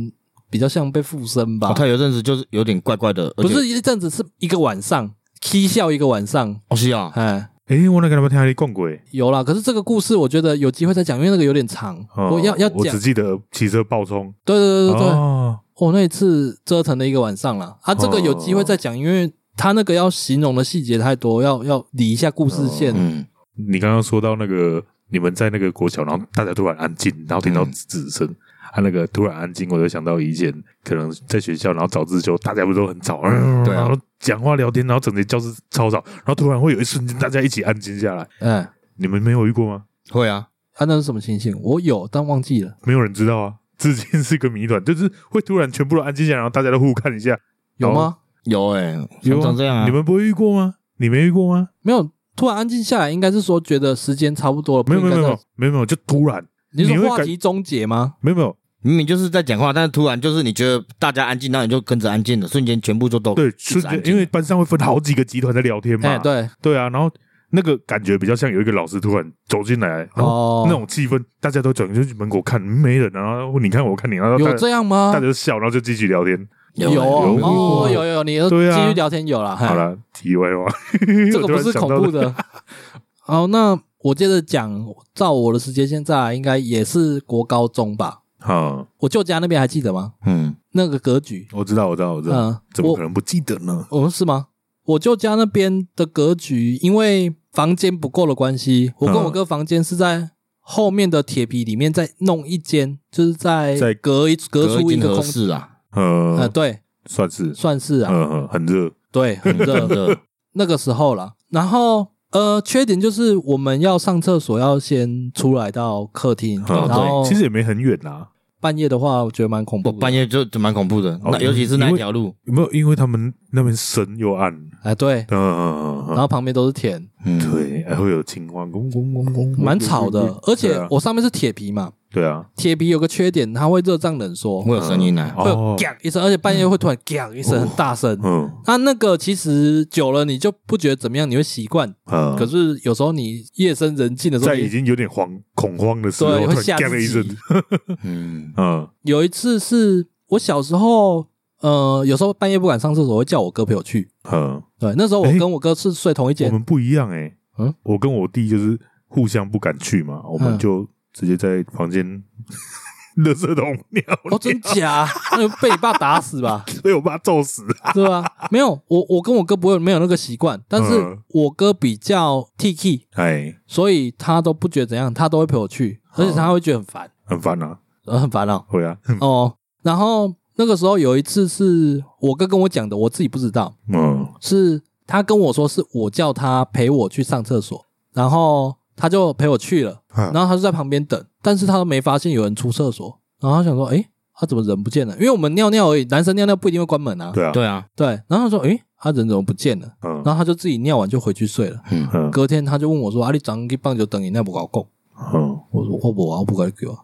比较像被附身吧，
哦他有阵子就是有点怪怪的，而
不
且
是一阵子，是一个晚上，嬉笑一个晚上，
哦是啊，
哎。
诶，我那个他们听你讲过，
有啦，可是这个故事我觉得有机会再讲，因为那个有点长，
嗯
我要要
我
讲
只。记得骑车爆冲，
对对对对对，
哦，
我、那一次折腾了一个晚上啦。啊，这个有机会再讲，因为他那个要形容的细节太多，要要理一下故事线。
嗯，
你刚刚说到那个你们在那个国小，然后大家突然安静，然后听到
嗯
吱声，啊，那个突然安静，我就想到以前可能在学校，然后早自修，大家不都很吵，嗯
对啊
然后讲话聊天，然后整个教室超吵，然后突然会有一瞬间大家一起安静下来，
哎，啊，
你们没有遇过吗？
会啊，
那是什么情形？我有，但忘记了，
没有人知道啊， 至今是个谜团，就是会突然全部都安静下来，然后大家都互看一下，
有吗？
啊
有哎，常
有啊
常这样啊，
你们不会遇过吗？你没遇过吗？
没有，突然安静下来，应该是说觉得时间差不多了，
没有
不
没
应
有
该
没有没有
再
没有没有，就突然
你
你
是
会
说话
感
题终结吗？
没有没有，
明明就是在讲话，但是突然就是你觉得大家安静，那你就跟着安静了，瞬间全部就都
对，
直
瞬
安
间
静
因为班上会分好几个集团在聊天嘛，
哎、对，
对啊，然后那个感觉比较像有一个老师突然走进来，然后
哦，
那种气氛，大家都转过去门口看，没人，然后你看我看你，然后大
有
家
这样吗
大家？就笑，然后就继续聊天。
有
有
哦
有
哦，有有有，你又
对啊
继续聊天有了，嗨
好，了，题外话，
哎 这个
我突
不
然
是
想
恐
到
怖的。 好，那我接着讲，照我的时间线再来，应该也是国高中吧？
啊，
我舅家那边还记得吗？
嗯，
那个格局，
我知道，我知道，我知道，
嗯，
啊怎么可能不记得呢？
我哦是吗？我舅家那边的格局，因为房间不够的关系，我跟
嗯
我哥房间是在后面的铁皮里面再弄一间，就是在
再
隔一隔
隔
出一
进
个
合
空
适啊，
呃，
呃，
对，
算是，
算是啊，
呃，很热，
对，很热
真的
那个时候啦。然后呃，缺点就是我们要上厕所要先出来到客厅，
嗯
然后
其实也没很远啊。
半夜的话，我觉得蛮恐怖
我
的。
半夜就蛮恐怖的，
哦
那尤其是那一条路，
有没有？因为他们那边深又暗，
哎，对，
嗯嗯嗯
然
嗯，
后旁边都是田，
嗯，
对，还会有青蛙，嗡嗡嗡嗡，啊
蛮吵
嗯
的，而且我上面是铁皮嘛，
对啊，
铁皮有个缺点，它会热胀冷缩，
会有声音啊，
会有
哦，
“一声，而且半夜会突然“嘎”一声，很大声。
嗯
那那个其实久了你就不觉得怎么样，你会习惯。
嗯，
可是有时候你夜深人静的时候，
在
你
已经有点慌恐慌的时候，
对
突
会
然
吓
干了一
自
声，
己。
嗯，
嗯
有一次是我小时候，呃，有时候半夜不敢上厕所，会叫我哥陪我去。
嗯，
对，那时候我
诶
跟我哥是睡同一
我
间，
们不一样哎、
嗯
嗯，我跟我弟就是互相不敢去嘛，我们就直接在房间 垃圾桶尿
哦，真假？那就被你爸打死吧，
被我爸揍死，
对吧？没有，我我跟我哥不会没有那个习惯，但是
嗯
我哥比较 T K，
哎，
所以他都不觉得怎样，他都会陪我去，而且他会觉得很烦，
很烦啊，
呃，很烦恼
会啊，
哦。然后那个时候有一次是我哥跟我讲的，我自己不知道，
嗯
是他跟我说是我叫他陪我去上厕所，然后他就陪我去了，
嗯
然后他就在旁边等，但是他都没发现有人出厕所，然后他想说，诶，他怎么人不见了？因为我们尿尿而已，男生尿尿不一定会关门啊，
对啊，
对啊，
对然后他说，诶，他人怎么不见了？
嗯
然后他就自己尿完就回去睡了。
嗯，
嗯
隔天他就问我说：“啊，你昨去棒球等你那不搞够？”
嗯，
我说：“我不啊，我不该给我，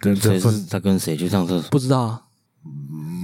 这
谁
这算
是他跟谁去上厕所？
不知道啊。”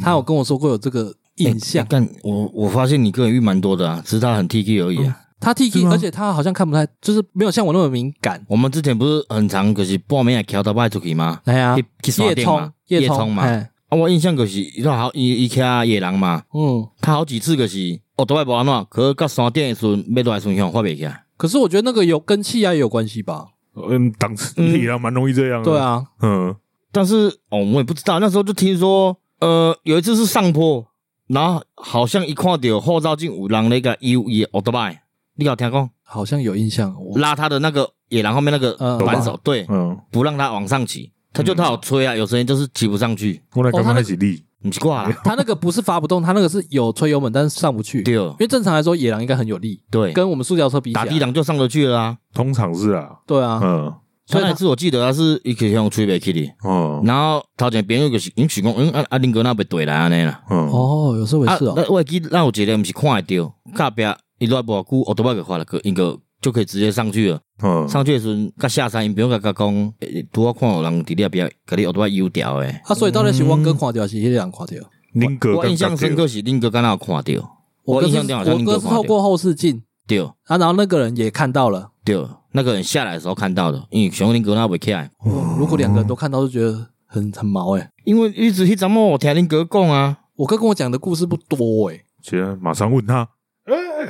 他有跟我说过有这个印象
欸，但我我发现你个人遇蛮多的啊，只是他很 T K 而已啊。
他 T K，
是吗
而且他好像看不太，就是没有像我那么敏感。
我们之前不是很常就是半夜桥到外出去吗？
哎呀
去，去耍
夜
电嘛
冲，夜
冲嘛。啊，
哎
我印象就是他好伊伊徛野人嘛，
嗯。
他好几次就是哦，都外无安怎，可是到山顶的时阵，要落来顺向发袂起啊来。
可是我觉得那个有跟气压也有关系吧？
嗯，当时
嗯
也蛮容易这样，
对，啊，
嗯
但是哦，我也不知道，那时候就听说，呃，有一次是上坡，然后好像一看到后照镜有人那个伊伊奥特曼，你有听讲
好像有印象。我
拉他的那个野狼后面那个
嗯
扳手，对，
嗯，
不让他往上骑，他就他好吹啊，有时间就是骑不上去，
我来
哦
刚
他
刚
那
一起立，
你去挂 啦。
他那个不是发不动，他那个是有吹油门，但是上不去。因
对
为正常来说，野狼应该很有力，
对，
跟我们塑胶车比起
打
来
地，狼就上得去了啊。
通常是啊，
对啊，
嗯，
所
所
以
以
他
那次我记得他是一起用吹白气的，
哦，
然后头前朋友就是因想讲，嗯啊啊林哥那被对啦安尼啦，
嗯，
哦，有这回
啊
事，哦，
那我会记咱有一个毋是看会着，隔壁伊落无久，我都把给发了个，因个就可以直接上去了。
嗯，
上去的时阵，甲下山，因朋友甲甲讲，欸拄好看有人伫你后壁，甲你后头优调诶。
啊，所以到底是汪哥看掉，还是迄个人看掉？
嗯
林格
我印象深刻是林哥敢若有看着，我
哥
印
是
象中好像
我
林
哥
哥
是
看
透
着，
过后视镜
对
啊，然后那个人也看到了。
对，那个人下来的时候看到的，因为熊林哥那袂起来，
哦如果两个人都看到，就觉得很很毛哎、
因为一直迄阵我听林哥讲啊，
我哥跟我讲的故事不多哎、
觉得马上问他，
没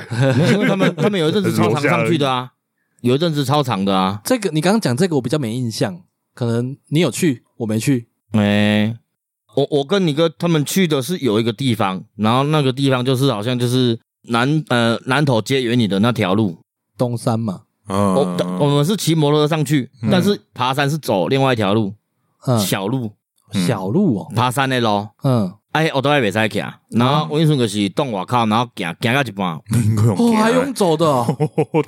有因为他们他们有一阵子操
楼
场
下而已
上去的啊，有一阵子操场的啊，
这个你刚刚讲这个我比较没印象，可能你有去，我没去。
哎、我我跟你哥他们去的是有一个地方，然后那个地方就是好像就是南呃南头接远你的那条路，
东山嘛，
嗯，
哦
我我们是骑摩托车上去，但是爬山是走另外一条路，
嗯，
小路
嗯
小路哦，
爬山的路。
嗯，
哎，我都还袂使行，然后我那时阵就是动外口，然后行行到一半，
林格
哦，还用走的、哦，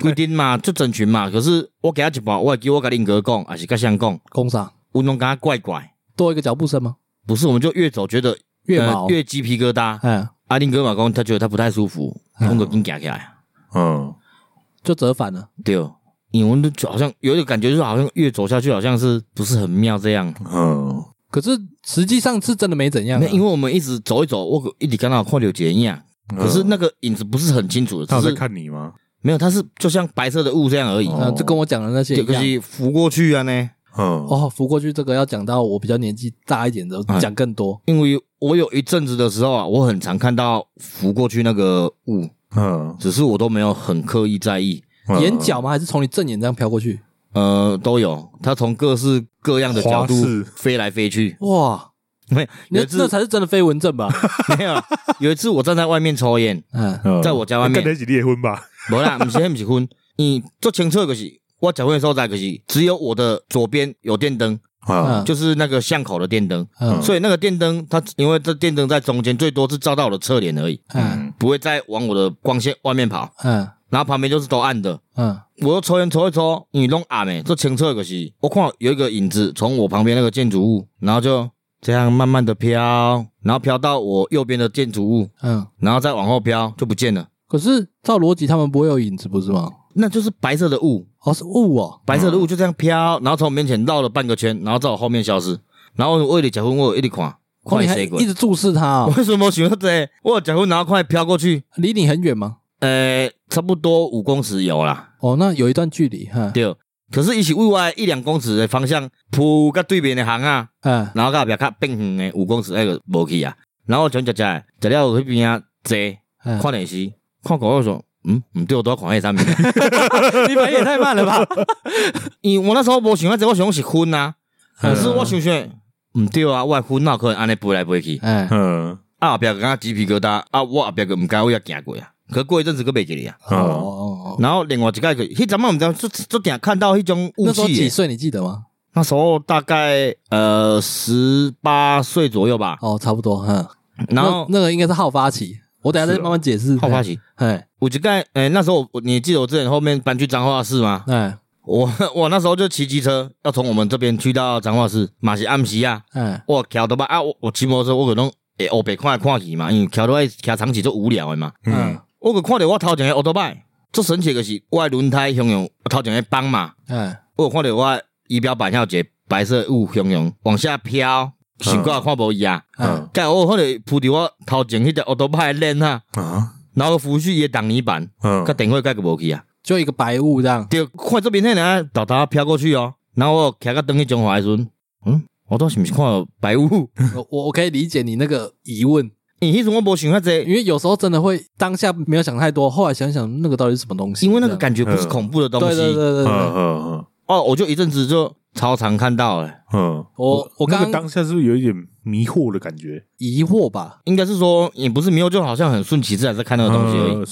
规定嘛，就整群嘛。可是我行到一半，我会叫我甲恁哥讲，还是甲谁讲，
工伤
我拢感觉怪怪。
多一个脚步声吗？
不是，我们就越走觉得
越
呃
毛，
越鸡皮疙瘩。
嗯，
阿林哥嘛讲，他觉得他不太舒服，
嗯
我们就紧行起来。
嗯，
就折返了。
对，哦因为我们就好像有一个感觉，就是好像越走下去，好像是不是很妙这样。
嗯，
可是实际上是真的没怎样、啊
没，，因为我们一直走一走，我一直刚好看到有一个影，可是那个影子不是很清楚
嗯他
的，
有
只
在
是
看你吗？
没有，它是就像白色的雾这样而已。
哦
嗯，就跟我讲的那些
对，
一
可
样。
是浮过去啊呢，
嗯，
哦，扶过去这个要讲到我比较年纪大一点的，
嗯
讲更多。
因为我有一阵子的时候啊，我很常看到浮过去那个雾，
嗯，
只是我都没有很刻意在意。
眼角吗？还是从你正眼这样飘过去？
呃，都有，它从各式各样的角
花
度
式
飞来飞去。
哇，
没有，
那
有
那
一次
才是真的飞蚊症 吧？
没有，有一次我站在外面 抽烟，
嗯，
嗯，
在我家外面
跟他一起结婚吧？
没啦，不是，那不是婚，你做清楚的就是，我结婚的时候在就是，只有我的左边有电灯，
啊，
哦就是那个巷口的电灯，
嗯
所以那个电灯它因为这电灯在中间，最多是照到我的侧脸而已，
嗯
不会再往我的光线外面跑，
嗯
然后旁边就是都暗的。
嗯
我又抽烟抽一抽，你弄暗诶，做清澈可惜。我看有一个影子从我旁边那个建筑物，然后就这样慢慢的飘，然后飘到我右边的建筑物，
嗯。
然后再往后飘就不见了。
可是照逻辑，他们不会有影子，不是吗？
那就是白色的雾，
哦，是雾哦。
白色的雾就这样飘，然后从我面前绕了半个圈，然后在我后面消失。然后我一直结婚，我有一直看，
哦，
快
你还
谁
一
鬼？
直注视他
我
哦，
为什么想到这？我有结婚，然后快飘过去，
离你很远吗？
呃，差不多五公尺有啦，
哦，那有一段距离哈。
对。可是，伊是往外一两公尺的方向扑到对面的行啊，
嗯
然后到后壁较变远的五公尺那个无去啊，然后我全食食的，食了有迄边啊坐
嗯，
看电视，看广告说，嗯，唔对，我都要看迄啥物，
你反应也太慢了吧？
因为我那时候无想到这，我想是昏啊，
嗯
可是我想想，唔对啊，我的昏哪有可能安尼飞来飞去，
哎，
嗯
啊后壁个鸡皮疙瘩，啊我后壁个毋敢我也行过啊，可过一阵子个袂记哩啊，
哦哦哦，
然后另外一届个，迄阵嘛毋知道，就就定看到迄种雾
那时候
气
几
的，
岁？你记得吗？
那时候大概呃十八岁左右吧，
哦，差不多。嗯，
然后啊
那那个应该是好发期，我等一下再慢慢解释。
好发。起。
哎
我就盖，哎、那时候我你记得我之前后面搬去彰化市吗？
哎
我 我那时候就骑机车，要从我们这边去到彰化市，嘛是暗时啊，
哎，
我桥的吧啊，我我骑摩托车，我可能会后白看来看去嘛，因为桥都爱骑长期就无聊的嘛。
嗯
嗯
我可看到我头前的奥多拜，最神奇的是我的轮胎汹涌，我头前的帮嘛，
哎
我有看到我的仪表板上有一个白色的雾汹涌往下飘，想过也看无伊啊。
哎
嗯
盖我有看到扑伫我头前迄只奥多拜的链啊，
啊
然后扶去伊的挡泥板，
嗯
甲电话盖个无去啊。
就一个白雾这 样。
对，看这边那人豆豆飘过去哦，然后我骑到登去中华的时阵，嗯，我当时不是看到白雾，
我我我可以理解你那个疑问，
因为迄阵我无想遐济，
因为有时候真的会当下没有想太多，后来想想那个到底是什么东西，
因为那个
这样
感觉不是恐怖的东
对
西。
啊对对对
嗯
对，
嗯
哦，我就一阵子就超常看到了，
嗯，
我我
那
刚
个
刚
当下是不是有一点迷惑的感觉？
疑惑吧，
应该是说也不是没有，就好像很顺其自然在看那个东西而
嗯
已。
已，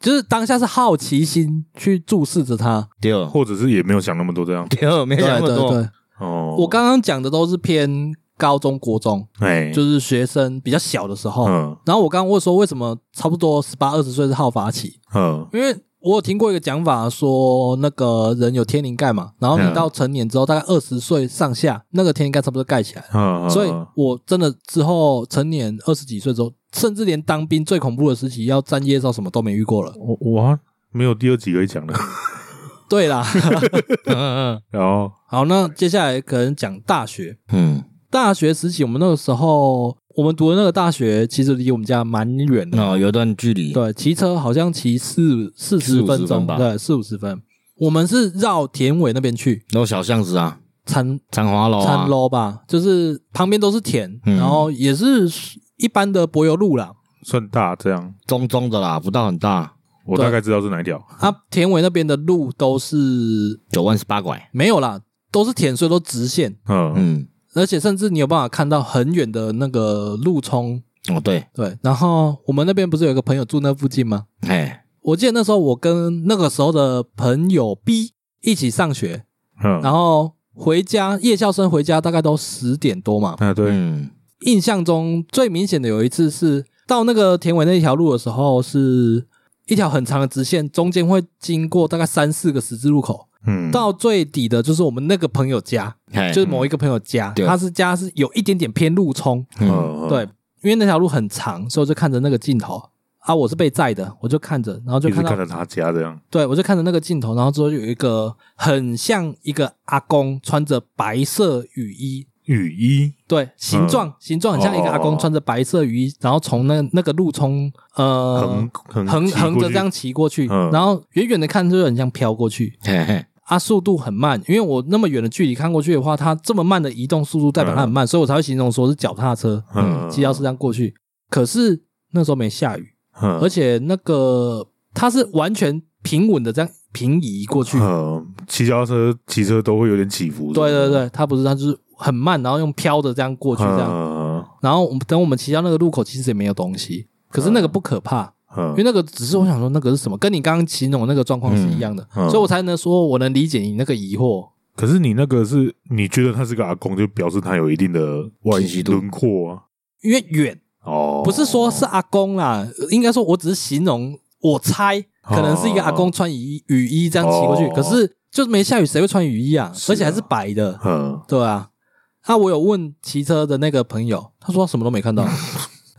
就是当下是好奇心去注视着它。
对哦
或者是也没有想那么多这样。
对，没
对
想那么
对
多。
对，
哦，
我刚刚讲的都是偏高中国中，
哎，
就是学生比较小的时候。
嗯
然后我刚刚问说为什么差不多十八二十岁是好发期，
嗯
因为我有听过一个讲法，说那个人有天灵盖嘛，然后你
嗯
到成年之后，大概二十岁上下，那个天灵盖差不多盖起来了。
嗯，嗯
所以
嗯
我真的之后成年二十几岁之后，甚至连当兵最恐怖的时期，要站夜哨什么都没遇过了。
我我好像没有第二集可以讲了。
对啦，
嗯
然后，
好，那接下来可能讲大学。
嗯，
大学时期，我们那个时候，我们读的那个大学其实离我们家蛮远
嗯
的，
哦，有一段距离，
对，骑车好像骑四四十
40
分钟，
分吧
对，四五十分。我们是绕田尾那边去，
有小巷子啊，
参
长华楼啊
参，楼吧，就是旁边都是田，
嗯
然后也是一般的柏油路啦。
算大这样，
中中的啦，不到很大，
我
对
大概知道是哪一条。
啊，田尾那边的路都是
九万十八拐，
没有啦，都是田，所以都直线，
嗯，
嗯，
而且甚至你有办法看到很远的那个路冲。
哦对，
对，然后我们那边不是有一个朋友住那附近吗？
哎，
我记得那时候我跟那个时候的朋友 B 一起上学，
嗯，
然后回家夜校生回家大概都十点多嘛。
啊对，
嗯，
印象中最明显的有一次是到那个田尾那一条路的时候，是一条很长的直线，中间会经过大概三四个十字路口，
嗯，
到最底的就是我们那个朋友家，
哎，
就是某一个朋友家，
对
他是家是有一点点偏路冲，
嗯，
嗯，
对，因为那条路很长，所以我就看着那个镜头。啊，我是被载的，我就看着，然后就
一直
看到
看着他家这样，
对，我就看着那个镜头，然后之后有一个很像一个阿公穿着白色雨衣，
雨衣，
对，形状、形状很像一个阿
哦哦
公
哦
穿着白色雨衣，然后从那那个路冲呃横
横横骑过
横着
去
这样骑过去，
嗯
然后远远的看就很像飘过去。
嘿嘿，
啊，速度很慢，因为我那么远的距离看过去的话，它这么慢的移动速度代表它很慢，所以我才会形容说是脚踏车，
嗯
嗯，骑脚车这样过去。可是那时候没下雨，
嗯
而且那个它是完全平稳的这样平移过去，
嗯，骑脚踏车、骑车都会有点起伏。
对对
是吗，
对，它不是它就是很慢，然后用飘的这样过去这样，
嗯
然后我们等我们骑到那个路口，其实也没有东西，可是那个不可怕，因为
嗯
那个只是我想说那个是什么，跟你刚刚骑那种那个状况是一样的，
嗯嗯
所以我才能说我能理解你那个疑惑。
可是你那个是，你觉得他是个阿公，就表示他有一定的外
清晰度
轮廓啊。
因为远
哦，
不是说是阿公啦，应该说我只是形容，我猜可能是一个阿公穿雨衣雨衣这样骑过去，
哦
可是就是没下雨，谁会穿雨衣啊？
是啊
而且还是白的，
嗯，
对啊。啊，我有问骑车的那个朋友，他说他什么都没看 到。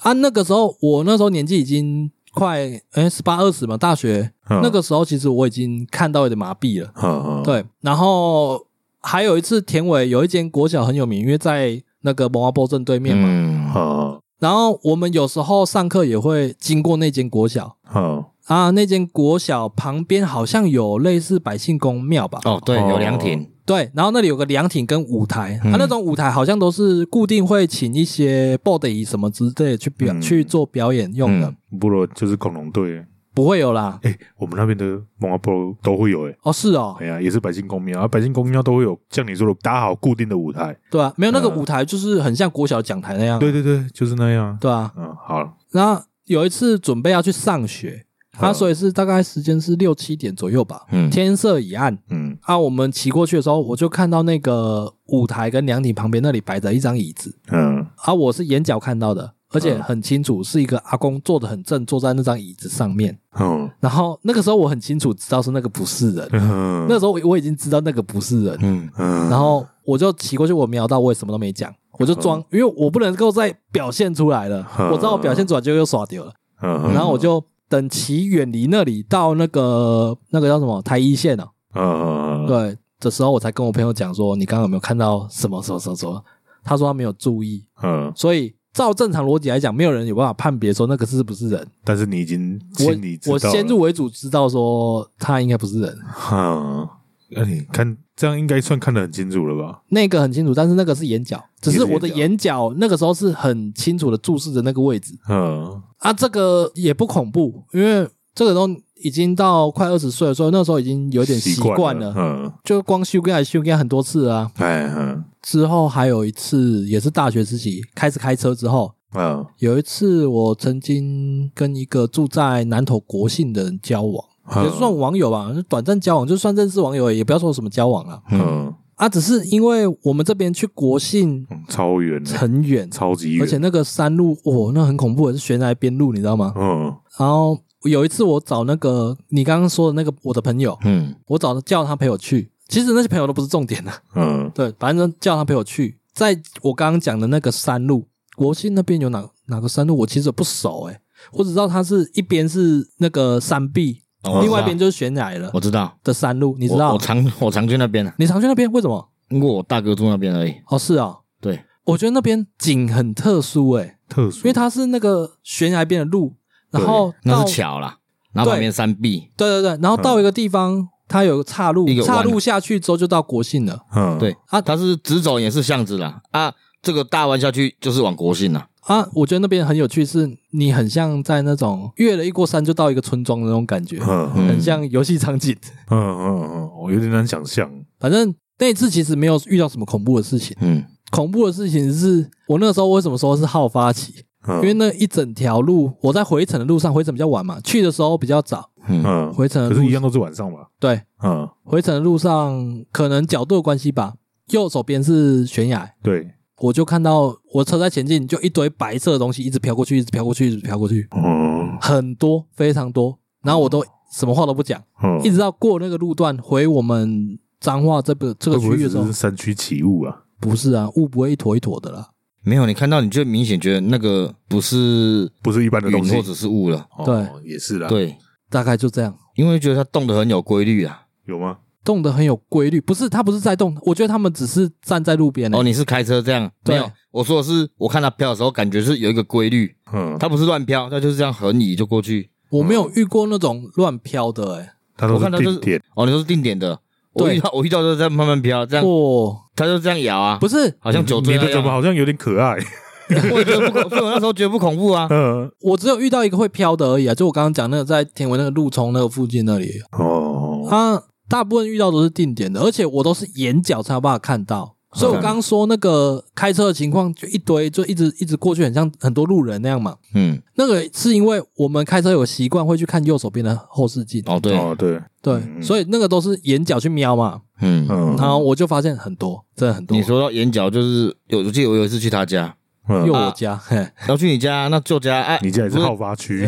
啊，那个时候我那时候年纪已经快哎十八二十嘛，大学、
嗯
那个时候其实我已经看到有点麻痹了。
嗯，嗯，
对，然后还有一次田尾有一间国小很有名，因为在那个蒙阿波镇对面嘛。
嗯，
嗯
然后我们有时候上课也会经过那间国小
嗯，
啊，那间国小旁边好像有类似百姓公庙吧？
哦对，
哦
有凉亭，
对，然后那里有个凉亭跟舞台，
嗯
啊，那种舞台好像都是固定会请一些 body 什么之类的去表、
嗯
去做表演用的，
嗯
不如就是恐龙队。
不会有啦。
哎，我们那边的蒙阿波都会有哎。
哦，是哦
哎，呀，也是百姓公庙啊，百姓公庙都会有像你说的搭好固定的舞台。
对啊，没有那个
嗯
舞台就是很像国小讲台那样，
对对啊对，就是那样。
嗯对啊。
嗯，好了，
然后有一次准备要去上学，啊，
嗯
所以是大概时间是六七点左右吧，
嗯
天色已暗，
嗯
啊，我们骑过去的时候，我就看到那个舞台跟凉亭旁边那里摆着一张椅子，
嗯
啊，我是眼角看到的，而且
嗯
很清楚是一个阿公坐得很正，坐在那张椅子上面。
嗯
然后那个时候我很清楚知道是那个不是人，
嗯，
那时候我我已经知道那个不是人，
嗯
嗯，
然后我就骑过去，我瞄到，我也什么都没讲，我就装，因为我不能够再表现出来了，
嗯
我知道我表现出来就又耍丢了，
嗯，嗯
然后我就等骑远离那里，到那个那个叫什么台一线啊，
嗯嗯嗯
对，这时候我才跟我朋友讲说，你刚刚有没有看到什么什么什么什么？他说他没有注意，
嗯，
所以照正常逻辑来讲，没有人有办法判别说那个是不是人。
但是你已经心里知
我
道
我先入为主知道说他应该不是人，
哈，嗯那、你看这样应该算看得很清楚了吧？
那个很清楚，但是那个是眼角，只是我的
也是
眼角那个时候是很清楚的注视着那个位置
嗯
啊，这个也不恐怖，因为这个都已经到快二十岁了，所以那时候已经有点习惯了，
嗯，
就光修改修改很多次了啊。
哎嗯
之后还有一次也是大学时期开始开车之后，
嗯
有一次，我曾经跟一个住在南投国姓的人交往，
嗯
也算网友吧，就短暂交往，就算认识网友，也不要说什么交往了
嗯
啊，只是因为我们这边去国姓
嗯，超远的，
很远，
超级远，
而且那个山路，哦，那很恐怖，是悬崖边路，你知道吗？
嗯
然后有一次我找那个你刚刚说的那个我的朋友，
嗯
我找他叫他陪我去，其实那些朋友都不是重点啊，
嗯
对，反正叫他陪我去，在我刚刚讲的那个山路，国庆那边有哪哪个山路，我其实不熟诶、我只知道它是一边是那个山壁，
哦
另外一边就是悬崖了
我知道，
的山路，你
你
知道
我常我常去那边啊，
你常去那边为什么？
因为我大哥住那边而已。
哦，是啊、哦，
对，
我觉得那边景很特殊诶、
特殊
因为它是那个悬崖边的路，然后
那
到
是桥啦，然后旁边山壁，
对对对，然后到一个地方，它有个岔路
一个，
岔
弯
路下去之后就到国信了
嗯
对
啊
它是直走也是巷子啦啊，这个大弯下去就是往国信啦。
啊！我觉得那边很有趣，是你很像在那种越了一过山就到一个村庄的那种感觉，
嗯嗯
嗯
很像游戏场景。
嗯嗯嗯，我有点难想象，
反正那一次其实没有遇到什么恐怖的事情，
嗯，
恐怖的事情是我那时候为什么说是好发期，
因
因为那一整条路我在回程的路上，回程比较晚嘛，去的时候比较早，
嗯
嗯，
回程的
可是一
路
样都是晚上吧？
对，
嗯，
回程的路上可能角度的关系吧，右手边是悬崖。
对，
我就看到我车在前进，就一堆白色的东西一直飘过去，一直飘过去，一直飘过去，
嗯
很多，非常多。然后我都什么话都不讲，
嗯
一，直到过那个路段回我们彰化这个这
会
个
不
区
嗯会
域的
只
时候
是，山区起雾啊？
不是啊，雾不会一坨一坨的啦。
没有，你看到你就明显觉得那个不是
不是一般的
云
东西
或，者是雾了，
哦
对，
也是啦，，
对，
大概就这样，
因为觉得它动得很有规律啊。
有吗？
动得很有规律。不是，它不是在动，我觉得他们只是站在路边、
哦，
欸。
你是开车这样？没
对
有，我说的是我看它飘的时候，感觉是有一个规律，
嗯，
它不是乱飘，它就是这样横移就过去。
我没有遇过那种乱飘的、欸，
它都
我
是
看它就是
定点，
哦，你说是定点的，我
对
遇到我遇到就是这样慢慢飘，这
哎，
样
哦，
它就这样摇啊，
不是，
好像酒醉
你
那
的怎么
样。
好像有点可爱？
我也觉得不恐，所以我那时候觉得不恐怖啊。
嗯，
我只有遇到一个会飘的而已啊，就我刚刚讲那个在田尾那个路冲那个附近那里，
哦，
他大部分遇到都是定点的，而且我都是眼角才有办法看到。所以我刚刚说那个开车的情况，就一堆就一直一直过去，很像很多路人那样嘛。
嗯，
那个是因为我们开车有习惯会去看右手边的后视镜，
哦对，
哦，对，
对，所以那个都是眼角去瞄嘛。
嗯，
嗯，
然后我就发现很多，真的很多。
你说到眼角就是有，我记得我有一次去他 家，
嗯
啊
右我家，嘿，
然后去你家，那舅家，哎、
你家也是
不
好发区，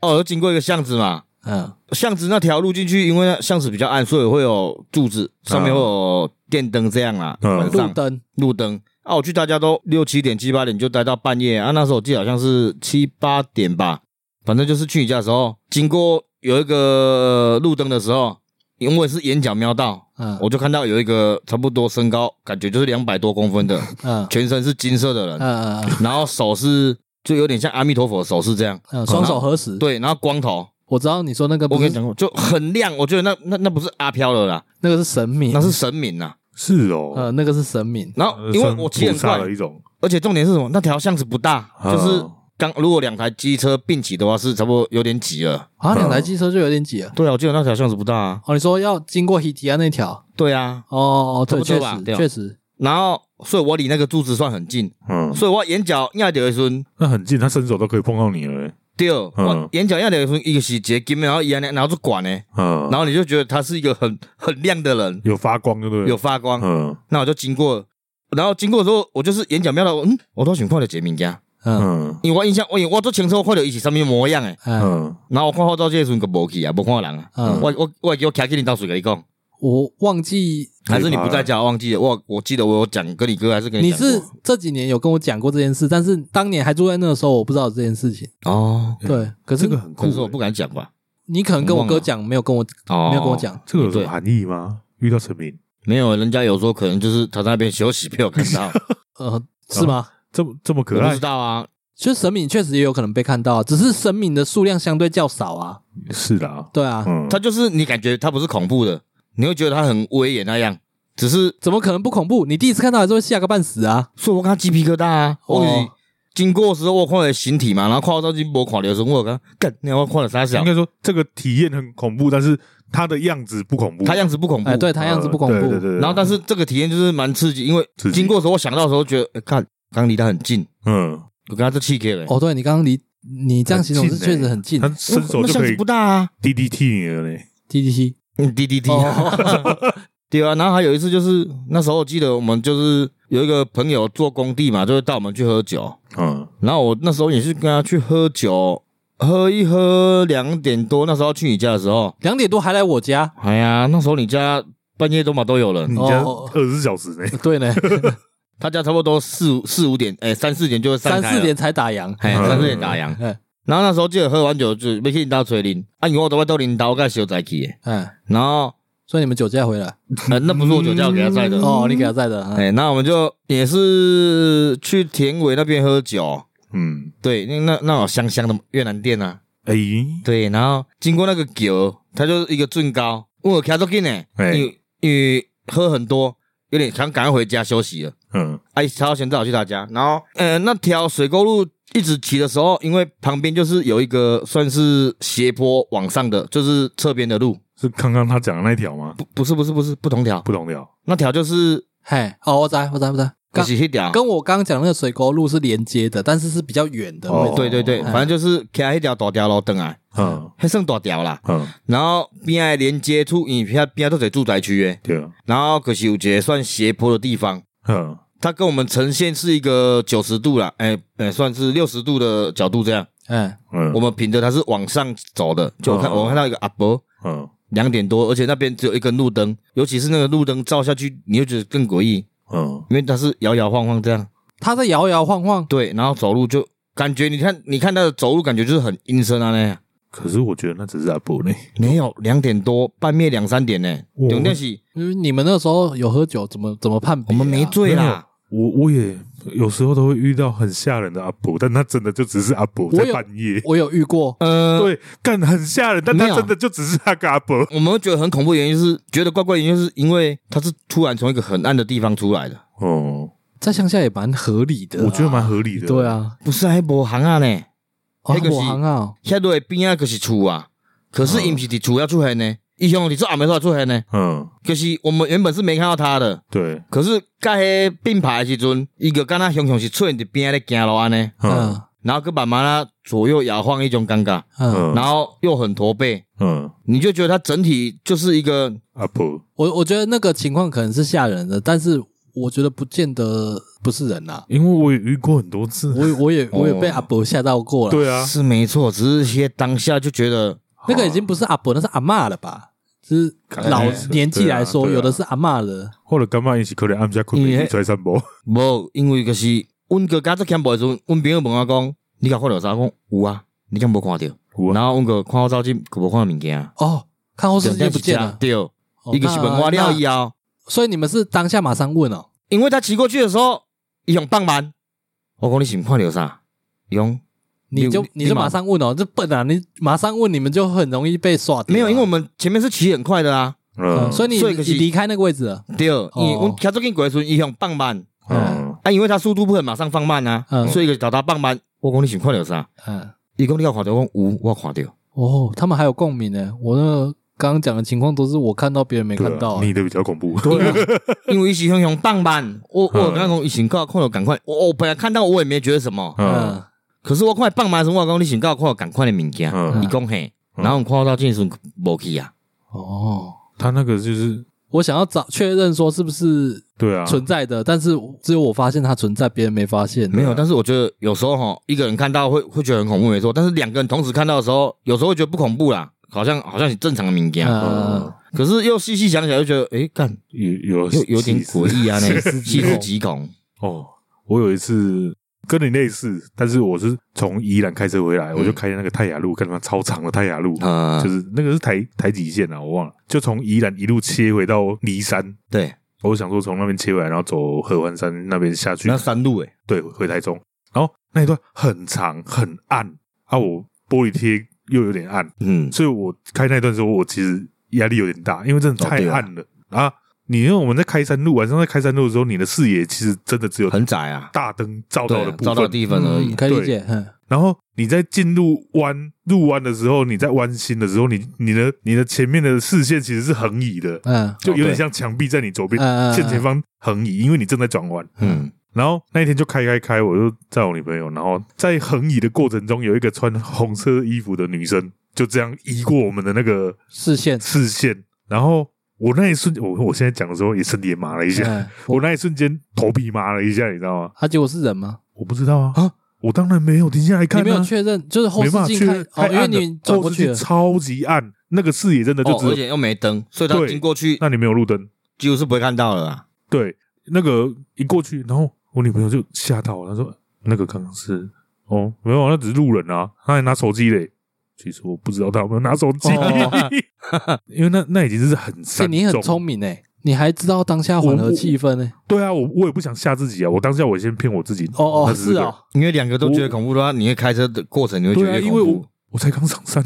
哦，有经过一个巷子嘛，
嗯，
巷子那条路进去，因为那巷子比较暗，所以会有柱子，上
啊
面会有电灯这样啦，
嗯
晚
路
上
灯，
路灯。啊，我去他家都六七点、七八点就待到半夜啊。那时候我记得好像是七八点吧，反正就是去你家的时候，经过有一个路灯的时候，因为是眼角瞄到，
嗯，
我就看到有一个差不多身高，感觉就是两百多公分的，
嗯，
全身是金色的
嗯
人，
嗯嗯
然后手是就有点像阿弥陀佛的手势这样，
嗯，双手合十。，
对，然后光头，
我知道你说那个
我
不
跟你
是
讲过，就很亮。我觉得那那那不是阿飘了啦，
那个是神明，
那是神明呐。
是哦，
呃那个是神明，
然后嗯因为我骑很
呃菩萨
快
的，一种，
而且重点是什么？那条巷子不大，
啊
就是刚如果两台机车并起的话，是差不多有点挤了。
好啊像两台机车就有点挤了。
对啊，我记得那条巷子不大啊。
哦，你说要经过 h i t i 那条？
对啊，
哦，哦，对，
差不
确
多吧
实，
对哦
确实，
然后所以我离那个柱子算很近，
嗯，
所以我眼角压掉一瞬。
那很近，他伸手都可以碰到你了，
对，
嗯
我眼角压掉一瞬，一个是结金，然后眼然后就管呢，
嗯，
然后你就觉得他是一个很很亮的人，
有发光，对不对？
有，发光。
嗯
那我就经过，然后经过之后，我就是眼角瞄到，嗯，我都想看到杰明家，
嗯
嗯
因为我印象，我我做清楚我看到伊是啥物模样诶。
嗯，
嗯，
然后我看后照镜的时阵，个无去啊，无看到人啊。
嗯
我我我叫徛去你倒水跟你讲，
我忘记
还是你不在家，我忘记了。我我记得我有讲跟你哥还是跟
你
讲过
是这几年有跟我讲过这件事，但是当年还住在那的时候，我不知道这件事情。
哦，
嗯
对，可是
这个很酷
可，是我不敢讲吧？
你可能跟我哥讲，没有跟我
哦，
没有跟我，讲，
这个有什么含义吗？遇到神明，
没有，人家有说可能就是他在那边休息被我看 到，
啊
呃，是吗？
这么这么可
我不
爱
知，道啊。
其实神
嗯
明确实也有可能被看到啊，只是神明的数量相对较少啊。
是啦，
对啊，
嗯，
他就是你感觉他不是恐怖的，你会觉得他很威严那样，只是
怎么可能不恐怖？你第一次看到还是会吓个半死啊！
所以我看鸡皮疙瘩啊！
哦
我是经过的时候，我看到形体嘛，然后看到照镜无看到的时候，我讲干，你我看了啥小
啊
应？该说这个体验很恐怖，但是他的样子不恐怖，
他样子不恐怖，
哎，对他样子不恐
呃对对
怖，
对，对
然后但是这个体验就是蛮刺激，因为
刺激
经过的时候，我想到的时候觉得，哎看刚离他很近，
嗯，
我跟他这气 K 了。
哦，对你刚刚离你这样形容是
很近欸
确实很近
他伸手
那
就
巷
可
子
以
不大啊，
DDT 你了嘞，
，T T T，
嗯滴滴滴。
哦，
对啊，然后还有一次就是那时候我记得我们就是有一个朋友做工地嘛，就会带我们去喝酒，
嗯
然后我那时候也是跟他去喝酒，喝一喝，两点多那时候去你家的时候，
两点多还来我家，
哎呀，那时候你家半夜都嘛都有人
你，家
哦
二十四小时内，
对呢，
他家差不多四五四五点，哎，三四点就会散
三
开
四
了
点，才打烊，
哎，三四点打烊。
哎
然后那时候记得喝完酒就要去你家找恁，啊，因为我都要到恁家我甲小仔去的，
哎，
然后
所以你们酒驾回来
呃，那不是我酒驾给他载的，
哦，你给他在的，哎
哎，那我们就也是去田尾那边喝酒，
嗯，
对，那那那有香香的越南店啊，
哎，
对，然后经过那个桥，它就是一个最高，我开到紧呢，因
哎
为因为喝很多，有点想赶快回家休息了。
嗯，
哎，超前正好去他家，然后呃，那条水沟路一直骑的时候，因为旁边就是有一个算是斜坡往上的，就是侧边的路，
是刚刚他讲的那一条吗？
不不是不是不是不同条，
不懂了，
那条就是
嘿，哦，我知我知我知，
可
刚
是那条，
跟我刚刚讲那个水沟路是连接的，但是是比较远的位
哦
置，
对对对，
哎
反正就是开那条大条路等来，
嗯
还剩大条啦，
嗯，
然后边爱连接出，因为边边都是住宅区诶，
对啊，
然后可是有一个算斜坡的地方，
嗯，
它跟我们呈现是一个九十度啦，哎、哎，算是六十度的角度这样。
哎，
嗯
我们凭着它是往上走的，就我看、
嗯
我看到一个阿伯
嗯
两点多，而且那边只有一根路灯，尤其是那个路灯照下去，你就觉得更诡异，
嗯，
因为它是摇摇晃晃这样。
他在摇摇晃晃，
对，然后走路就感觉你看你看他的走路，感觉就是很阴森啊那样。
可是我觉得那只是阿伯呢，
没有两点多，半夜两三点呢、
哇
重点是
因为你们那时候有喝酒，怎么怎么判别啊？
我们没醉
没
啦
有。我我也有时候都会遇到很吓人的阿伯，但他真的就只是阿伯
我
在
有
半夜，
我有遇过，
呃，
对，干很吓人，但
没
他
有
真的就只是那个阿伯，
我们会觉得很恐怖的原因是觉得怪怪，的原因是因为它是突然从一个很暗的地方出来的，
哦，
在乡下也蛮合理的啊，
我觉得蛮合理的，
对，啊，
不是还无行啊呢，
哦
那个是
我行啊，
遐落边啊就是厝啊，可是伊毋是伫厝要出现呢，伊向伫做暗暝煞出现呢，
嗯，
就是我们原本是没看到他的，
对，
可是甲迄并排的时阵，伊就敢若向向是出现伫边仔咧行路安尼，
嗯
嗯
然后佮慢慢啊左右摇晃一种尴尬，
嗯，
然
嗯
后又很驼背，
嗯，
你就觉得他整体就是一个
阿伯，
我我觉得那个情况可能是吓人的，但是我觉得不见得不是人啊，
因为我也遇过很多次，
我我也
哦
我也被阿伯吓到过了，
对啊，
是没错，只是些当下就觉得
那个已经不是阿伯，那是阿嬷了吧？就是老
感觉是
年纪来说，
对啊对啊
有的是阿嬷了。
后来干嘛一起可能暗下困
因为
眠出来散步，
无，因为就是阮哥家做看报的时阵，阮朋友问我讲，你甲看到啥？我讲有啊，你敢无看到？
有啊
然后阮哥看我照镜，啊佫无看到物件，
哦，看后视镜不见了，
对，
哦
伊就是问我了以，后，
那所以你们是当下马上问哦，
因为他骑过去的时候，伊用放慢，我讲你是毋看到啥？伊
啊
讲
你就
你
你就
你
马上问哦，这笨啊，你马上问你们就很容易被耍掉啊。
没有，因为我们前面是骑很快的啊，
嗯
嗯，
所以你
所以可惜
你离开那个位置了，
对，因为阮骑做近过的时阵，伊用放慢，
嗯，
啊，因为他速度不肯马上放慢啊，
嗯
所以就找他放慢。我讲你是毋看到啥？
嗯，
伊讲你有看到，我讲有，我看到。
哦，他们还有共鸣呢。我那个刚刚讲的情况都是我看到别人没
对啊
看到啊，
你的比较恐怖，
对啊
因为伊是向向放慢，我我
嗯
有跟他讲伊警告，看到赶快，我我本来看到我也没觉得什么，
嗯
嗯，
可是我看放慢的时候，我讲你警告，看到赶快的物件，
嗯，
伊讲嘿，然后我看到这时阵无去啊，
哦，
他那个就是
我想要找确认说是不是
对啊，
存在的，但是只有我发现它存在，别人没发现。
没有，但是我觉得有时候哈，一个人看到会会觉得很恐怖，没错，但是两个人同时看到的时候，有时候会觉得不恐怖啦，好像好像是正常的物件，
嗯，
可是又细细想起来就觉得，诶，干
有有
又有点
气势
诡异啊，那细
极
思
恐
极恐，
哦，我有一次跟你类似，但是我是从宜兰开车回来，我就开那个泰雅路，看他妈超长的泰雅路，
啊
就，是那个是台台几线啊，我忘了，就从宜兰一路切回到骊山。
对，
我想说从那边切回来，然后走合欢山那边下去
那，山路诶，
对，回台中。然后那一段很长很暗啊，我玻璃贴又有点暗，
嗯，
所以我开那段时候，我其实压力有点大，因为真的
哦
太
对啊
暗了、啊！你因为我们在开山路，晚上在开山路的时候，你的视野其实真的只有
很窄啊，
大灯照
对
到的
啊，
部
照
分，
到的地方而已
嗯，可以理解。嗯，
然后你在进入弯入弯的时候，你在弯心的时候，你你的你的前面的视线其实是横移的，
嗯，
就有
对
点像墙壁在你左边
嗯嗯嗯
正前方横移，因为你正在转弯。
嗯，
然后那一天就开开开，我就载我女朋友，然后在横移的过程中，有一个穿红色衣服的女生就这样移过我们的那个
视 线。
视线，然后我那一瞬，我我现在讲的时候也身体也麻了一下，
嗯，
我那一瞬间头皮麻了一下，你知道吗？
啊，结果是人吗？
我不知道啊，我当然没有停下来看、
你
啊，
没有确认，就是后
没
视
办法
镜
确
看
认，
哦，
太
因为
暗了
你转过去
后视镜
了，
超级暗，那个视野真的就
哦，
只
而
有，
且又没灯，所以他
对
经过去
那你没有路灯，
几乎是不会看到了啦。
对，那个一过去，然后我女朋友就吓到了，她说那个刚刚是哦，没有啊，那只是路人啊，他还拿手机嘞。其实我不知道他有没有拿手机，
哦
因为那那已经是很
所
慎
以你很
重
聪明诶，你还知道当下缓和气氛呢。
对啊，我我也不想吓自己啊，我当下我先骗我自己。
哦
那
哦，
只是
是
个
哦，
因为两个都觉得恐怖的话，你会开车的过程你会觉
对啊，
得
因
恐
为
怖
我。我才刚上山，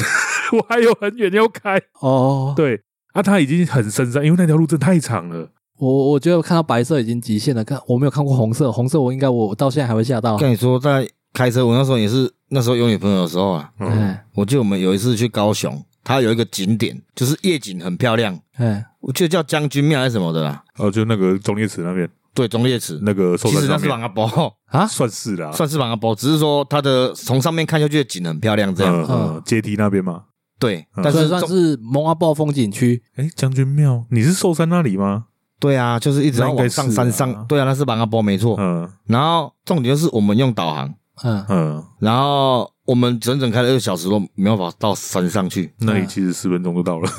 我还有很远要开。
哦哦，哦
对啊，他已经很深山，因为那条路真的太长了。
我我觉得我看到白色已经极限了，看我没有看过红色，红色我应该我到现在还会吓到。
跟你说，在开车，我那时候也是那时候有女朋友的时候啊，
嗯，
哎
我记得我们有一次去高雄，它有一个景点，就是夜景很漂亮，
哎，
我记得叫将军庙还是什么的啦。
哦，就那个中烈祠那边
对，中烈祠，
那个寿
其
山
实那
上
是
面
王，阿伯，
啊，
算是啦，
算是王阿伯，只是说它的从上面看下去的景很漂亮，这样
嗯嗯
嗯
阶梯那边吗？
对。
嗯
但
所
是
以算
中
是蒙阿豹风景区
哎，将军庙，你是寿山那里吗？
对啊，就是一直要
那应该
往上
是啊
山上，对啊，那是王阿波没错。
嗯
然后重点就是我们用导航，
嗯，
嗯，
然后我们整整开了二小时都没有办法到山上去。
那里其实十分钟就到了。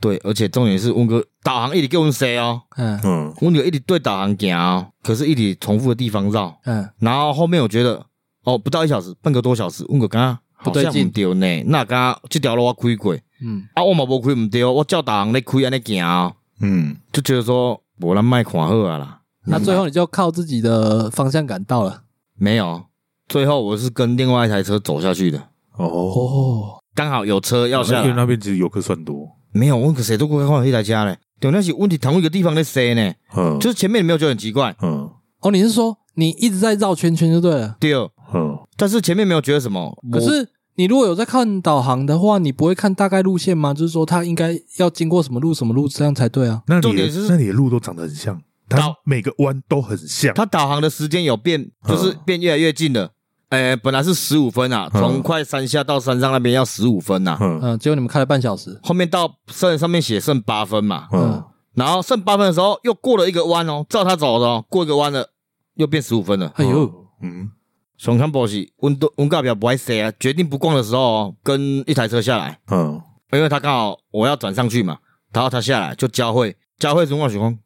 对，而且重点是温哥导航一直给我们塞哦，
嗯
嗯，
温哥一直对导航行哦，可是一直重复的地方绕。
嗯，
然后后面我觉得哦，不到一小时，半个多小时，温哥刚刚
不对劲
好像不对呢，那刚刚这条路我开过，
嗯，
啊，我嘛无开毋对，我照导航咧开安尼行哦，
嗯，
就觉得说无咱卖看好啊啦。
那最后你就靠自己的方向感到了。
没有，最后我是跟另外一台车走下去的，
哦，
哦，
刚好有车要下
因为
来。
那边其实游客算多。
没有，我可谁都过看到一台车嘞。对，那是问题同一个地方在塞呢，
嗯，
就是前面你没有觉得很奇怪，
嗯
哦，你是说你一直在绕圈圈就对了？
对，哦
嗯，
但是前面没有觉得什么。
可
我
是你如果有在看导航的话，你不会看大概路线吗？就是说它应该要经过什么路、什么路，这样才对啊。
那
重
里的
点是
那里的路都长得很像，它
到
每个弯都很像。
它导航的时间有变，就是
嗯
变越来越近了。诶，本来是十五分啊，
嗯
从快山下到山上那边要十五分呐、啊，
嗯
嗯，结果你们开了半小时，
后面到剩上面写剩八分嘛，
嗯
嗯，
然后剩八分的时候又过了一个弯哦，照他走的哦，过一个弯了又变十五分了。
哎呦，
嗯
熊康博士温度温告表不爱塞啊，决定不逛的时候哦，跟一台车下来，
嗯
因为他刚好我要转上去嘛，然后他下来就交汇，交汇中我想讲，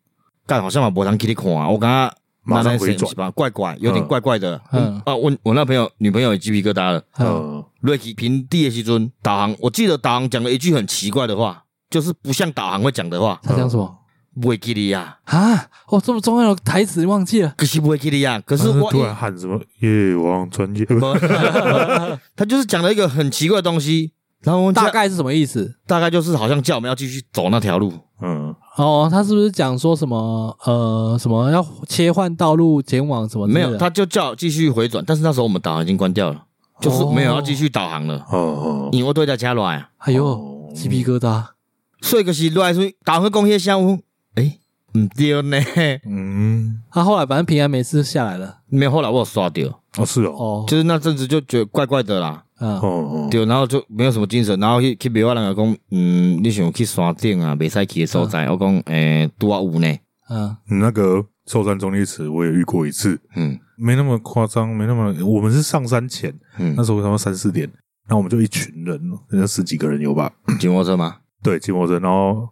干好像嘛没人给你看啊，我刚刚
马上回转
吧，怪怪，有点怪怪的。
嗯
嗯啊，我我那朋友女朋友也鸡皮疙瘩了。
嗯
嗯
瑞奇平地的时尊导航，我记得导航讲了一句很奇怪的话，就是不像导航会讲的话，
他讲什么
不会给你啊，
啊？哦，这么重要的台词忘记了。
可是不会给你啊，可是
他
我
突然喊什么夜王专业，
他就是讲了一个很奇怪的东西，然后我们
大
大概
概是什么意思？
大概就是好像叫我们要继续走那条路，
嗯
哦，他是不是讲说什么呃什么要切换道路、前往什么之
哦没
类的？
有，他就叫我继续回转，但是那时候我们导航已经关掉了，就是没有要继续导航了，
哦
因为对在加来啊，
哎
哦
呦，鸡皮疙瘩。
所以可是来说导航讲些下午，诶，唔对呢，
嗯
他啊后来反正平安没事下来了。
没有，后来我有刷掉，
哦是哦
哦，
就是那阵子就觉得怪怪的啦。
嗯
哦哦
对，然后就没有什么精神，然后去去别个人就讲，嗯，你想去山顶啊，袂使去的所
嗯
在，我讲，诶、拄啊有呢，
嗯
那个寿山中立池我也遇过一次，
嗯
没那么夸张，没那么，我们是上山前，那
嗯，
时候他们三四点，那我们就一群人，人家十几个人有吧？
骑摩托车吗？
对，骑摩托车，然后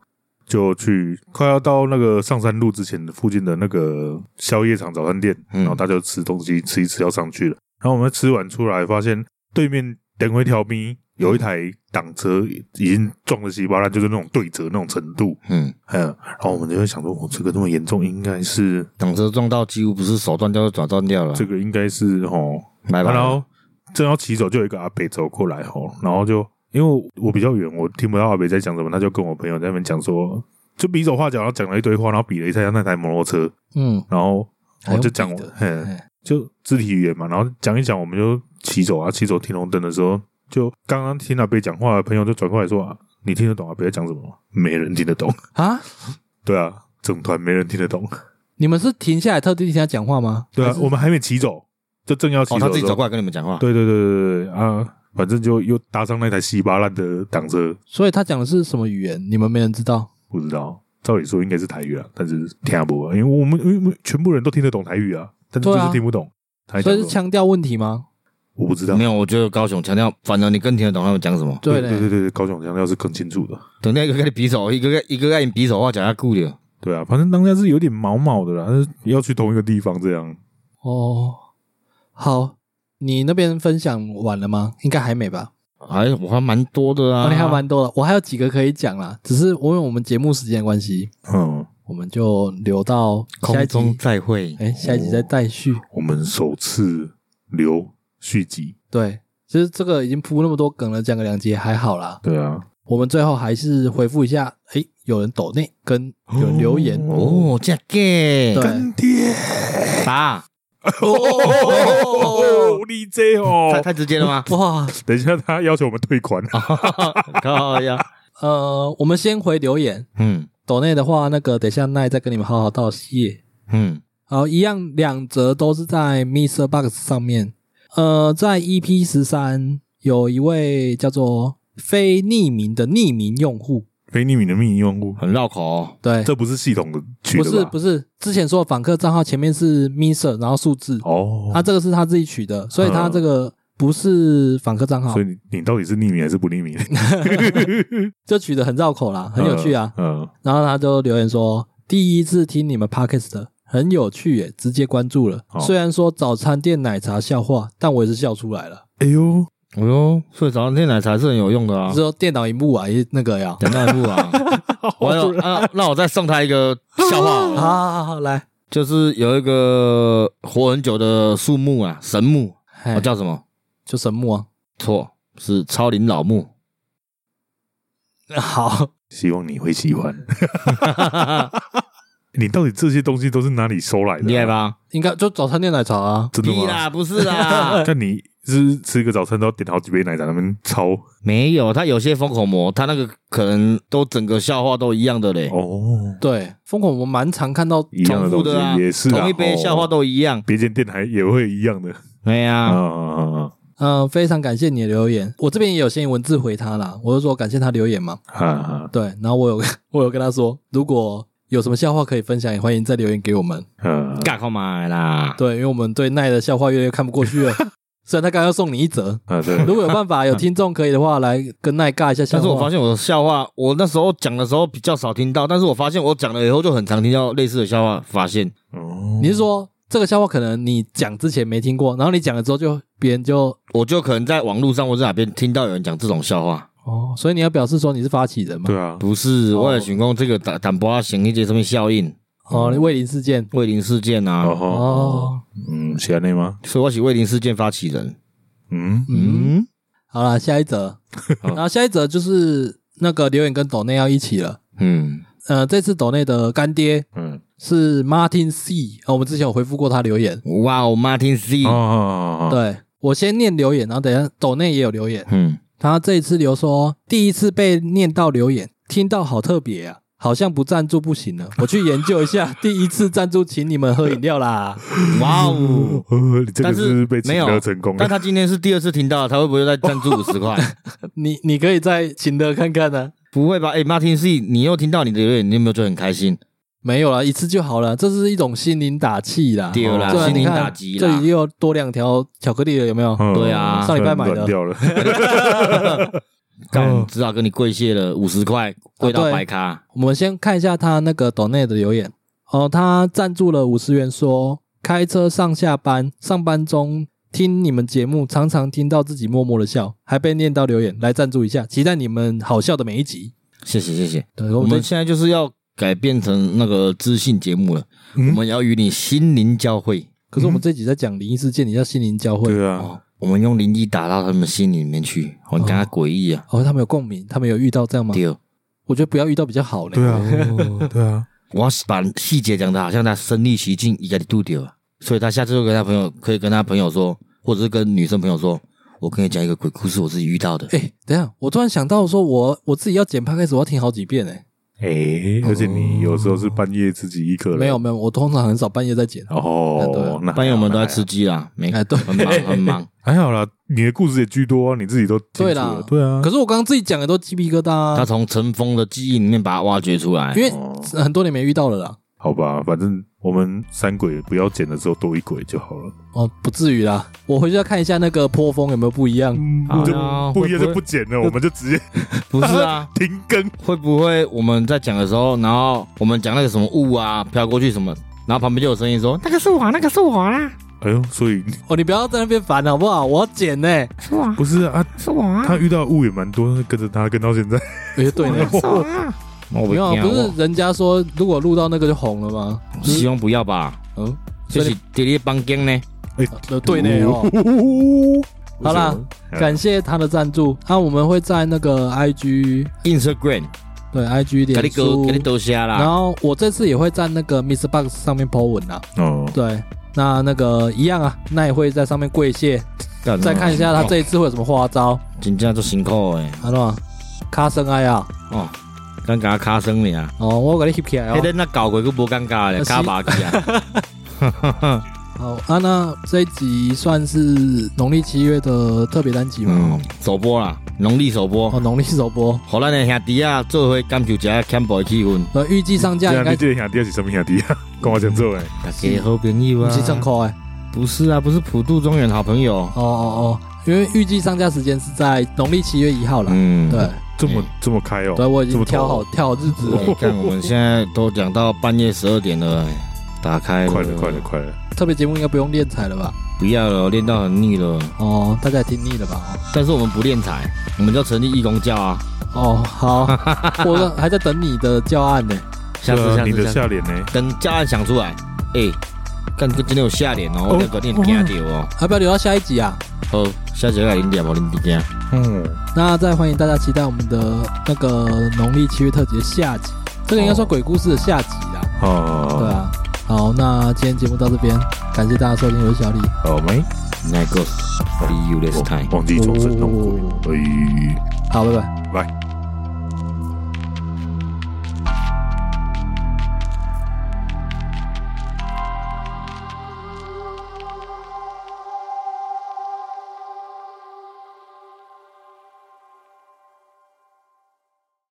就去快要到那个上山路之前附近的那个宵夜场早餐店，
嗯
然后大家就吃东西吃一吃要上去了，然后我们吃完出来，发现对面等回条咪有一台挡车已经撞得稀巴烂，就是那种对折那种程度，
嗯，
嗯，然后我们就会想说，我这个那么严重，应该是
挡车撞到几乎不是手断掉就转断掉了，
这个应该是哦，
拜拜
然
了。
后正要骑走，就有一个阿北走过来吼，然后就因为我比较远，我听不到阿北在讲什么，他就跟我朋友在那边讲说，就比手画脚，然后讲了一堆话，然后比了一下那台摩托车，
嗯，
然后
还
我
用
就讲
比
我
的，
嘿，
哎
就肢体语言嘛，然后讲一讲，我们就骑走啊，骑走停红灯的时候，就刚刚听阿北讲话的朋友就转过来说、啊，你听得懂阿北在讲什么吗？没人听得懂，
啊，
对啊，整团没人听得懂，
你们是停下来特地听他讲话吗？
对啊
还，是
我们还没骑走，就正要骑
哦，
走
他
的时候，
自己走过来跟你们讲话，
对对对对对对啊！反正就又搭上那台稀巴烂的挡车，
所以他讲的是什么语言？你们没人知道。
不知道。照理说应该是台语啊，但是听不懂，因为我们因为全部人都听得懂台语啊，但是就
对
是
啊
听不懂。他还
所
讲
以是
说
腔调问题吗？
我不知道
没。有，我觉得高雄强调，反而你更听得懂他们讲什么。
对
对
嘞
对对，高雄强调是更清楚的。
等下一个跟你比手，一个跟一个跟你比手话，讲下顾了。
对啊，反正当下是有点毛毛的啦，但是要去同一个地方这样。
哦，好，你那边分享完了吗？应该还没吧？
哎，我还蛮多的啊，
哦，你还蛮多的，我还有几个可以讲啦，只是因为我们节目时间的关系，
嗯，
我们就留到下
空
一
中
集，
再会。
哎，下一集再待续。
我们首次留续集。
对，其实这个已经铺那么多梗了，讲个两集还好啦。
对啊，
我们最后还是回复一下，哎，有人抖内跟有人留言，
哦，这个
对，？
干爹，
打
哦，你这
太
哦，
太直接了吗
哇，
等一下他要求我们退款，啊
啊
靠呀，
呃，我们先回留言，
嗯
抖内的话，那个等一下奈再跟你们好好道谢。
嗯，
好，一样，两则都是在 Mr. Box 上面。呃，在 EP 十三有一位叫做非匿名的匿名用户，
非匿名的秘密用户，
很绕口哦。
对，
这不是系统的取
不
的
是
吧
不是，之前说的访客账号前面是 Mr. 然后数字，
哦，嗯
他这个是他自己取的，所以他这个不是访客账号
所以，你你到底是匿名还是不匿名？
就取的很绕口啦，很有趣啊。
嗯，
然后他就留言说：“第一次听你们 podcast，很有趣耶，直接关注了。
哦
虽然说早餐店奶茶笑话，但我也是笑出来了。
哎呦，
哎呦，所以早上天奶茶是很有用的啊
只。有电脑荧幕啊，也那个呀。
讲到一步啊，我有啊，那我再送他一个笑话
好
好了，
好好好，来，
就是有一个活很久的树木啊，神木，
嘿
哦、叫什么？
就神木啊。
错，是超龄老木。
好，
希望你会喜欢。你到底这些东西都是哪里收 来的、
厉害？吧？
应该就早餐店奶茶啊。
真的
屁
吗？
啦，不是啦，
但你是吃个早餐都要点好几杯奶茶，那边超
没有，他有些封口膜，他那个可能都整个笑话都一样的嘞，
哦，
对，风口我们蛮常看到，
一样
重
的
复
东西、
的啊，
也是啊
同一杯笑话
哦
都一样。
别间店还也会一样的
哎
啊
呀，
啊
嗯、非常感谢你的留言。我这边也有先文字回他啦，我就说感谢他留言嘛。
啊啊
对，然后我有 我有跟他说，如果有什么笑话可以分享，也欢迎再留言给我们。
啊！
尬靠买啦，
对，因为我们对奈的笑话越来越看不过 去了。虽然他刚刚要送你一折，
啊对，
如果有办法，有听众可以的话，来跟奈尬一下笑
但
话。
是我发现我的笑话，我那时候讲的时候比较少听到，但是我发现我讲了以后就很常听到类似的笑话，发现
哦
你是说这个笑话可能你讲之前没听过，然后你讲了之后就别人就
我就可能在网络上或者哪边听到有人讲这种笑话，
哦，所以你要表示说你是发起人嘛？
对啊，
不是
哦
为了寻控这个胆胆波啊行一些什么效应、
哦，你卫林事件
卫灵事件啊，
哦吼，
哦，
嗯，写内吗？
所以我是卫灵事件发起人。
嗯，
嗯，，好了，下一则，然后下一则就是那个留言跟斗内要一起了。
嗯，
呃，这次斗内的干爹
嗯，
是 Martin C，呃，我们之前有回复过他留言，
哇哦，Martin C，、
哦哦，哦，
对我先念留言，然后等一下斗内也有留言，
嗯，
他这一次留说第一次被念到留言，听到好特别啊。好像不赞助不行了，我去研究一下。 第一次赞助，请你们喝饮料啦。
哇哦。
呃，你 这个
但是
是被请
没有
得成功
但
了，
他今天是第二次听到，他会不会再赞助五十 块？
你你可以再请的看看呢、啊
不会吧？哎、m a r t i n C，你又听到你的留言，你有没有觉得很开心？
没有啦，一次就好了，这是一种心灵打气
哦
啦。
对啦，
对啊
心
你
灵
看
打击
这
啦
里。又多两条巧克力了，有没有？
嗯
对啊
上礼拜买的
软掉了，哦
干，只好跟你跪谢了五十块，跪
啊
到
对
白咖。
我们先看一下他那个抖内的留言哦，他赞助了五十元说，开车上下班，上班中听你们节目，常常听到自己默默的笑，还被念到留言，来赞助一下，期待你们好笑的每一集。
谢谢谢谢。
对，
我
我
们
们
现在就是要改变成那个知性节目了，
嗯
我们要与你心灵交汇。
可是我们这集在讲灵异事件，你叫心灵交汇。
对啊，
哦，我们用灵力打到他们心里面去，哦，你跟他诡异啊，
哦，他们有共鸣，他们有遇到这样吗？
对。
我觉得不要遇到比较好嘞。
对啊， 对啊，
我要把细节讲的好像他身临其境，一个度掉了，所以他下次就跟他朋友，可以跟他朋友说，或者是跟女生朋友说，我跟你讲一个鬼故事，我自己遇到的。
哎、等一下，我突然想到，说我我自己要剪 p 开始，我要听好几遍哎、
哎，而且你有时候是半夜自己一个人，
没有没有，我通常很少半夜在剪。对
哦
啊，
那
半夜我们都在吃鸡啦，没，
哎对
很忙很忙。
还好啦，你的故事也居多啊，你自己都清
对
楚
啦
了，对啊，
可是我刚刚自己讲的都鸡皮疙瘩、
他
啊，
从尘封的记忆里面把它挖掘出来
哎因，为
哦
很多年没遇到了啦。
好吧，反正我们三鬼不要捡的时候多一鬼就好了。
哦，不至于啦，我回去要看一下那个坡峰有没有不一样。
嗯
好哎
就
呀
不一样
会不会
就不捡了，我们就直接，
不是 啊
停更。
会不会我们在讲的时候，然后我们讲那个什么雾啊飘过去什么，然后旁边就有声音说那个是我，那个是我啦，
哎呦，所以
哦，你不要在那边烦好不好？我要剪呢、欸。
是我啊，
不是啊，
是我啊，
他遇到的物也蛮多，跟着他跟到现在。
哎、对呢、
是我啊。我
没有啊，
怕
不是
我
人家说如果录到那个就红了吗？
希望不要吧，
嗯，所
这
以
是
你
弟弟帮gang 呢。
呃对呢哦。好啦，
哦
感谢他的赞助，那、我们会在那个 IG
Instagram，
对 IG
给你
脸
哥
书
给你，多下
然
啦。
后我这次也会在那个 Mr. Box 上面 po 文啊。
哦，
对，那那个一样啊，那也会在上面跪谢，
干
再看一下他，
哦
这一次会有什么花招，
真正做辛苦诶，
好了，卡森爱啊，
哦，尴尬卡生你啊。
哦，我给你 keep 起来
迄
哦。
阵那搞鬼佫无尴尬
那
咧，
是
卡巴去 啊，
好啊，那这一集算是农历七月的特别单集嘛
嗯？，首播啦，农历首播
哦，，农历首播，
互咱的兄弟啊做伙感受一下 Campbell 气氛，
呃，预计上
嗯
架
这
应
样
该
啊你这个兄弟是什么兄弟 啊？跟我讲做哎，
大家好朋友
不
啊，
是正口哎，
不是啊，不是普渡中原好朋友，啊
哦哦哦，因为预计上架时间是在农历七月一号啦。
嗯，
对
这么这么开哦。
对，啊我已
这
经
么
挑好
头
挑好日子了，
对，哎看我们现在都讲到半夜十二点了，哎打开
快了，快了，，快了！
特别节目应该不用练彩了吧？
不要了，练到很腻了，
哦，大家也听腻了吧？哦
但是我们不练财，我们就成立义工教啊，
哦， 好，我在还在等你的教案呢。
下
对
次
啊
下
你
次
的
下次，
下脸呢？
等教案想出来，哎，干哥真的有下脸哦，我两个你很惊到哦。
要不要留到下一集啊？
好，下节来零哦点无零点。
嗯，
那再欢迎大家期待我们的那个农历七月特辑的下集，这个应该算鬼故事的下集啊啦。对
好，
啊，好，那今天节目到这边，感谢大家收听，我是小李。
好哦没？
那个 see you this time。
忘记重生弄
哦
鬼，哎。
好，拜拜。
Bye.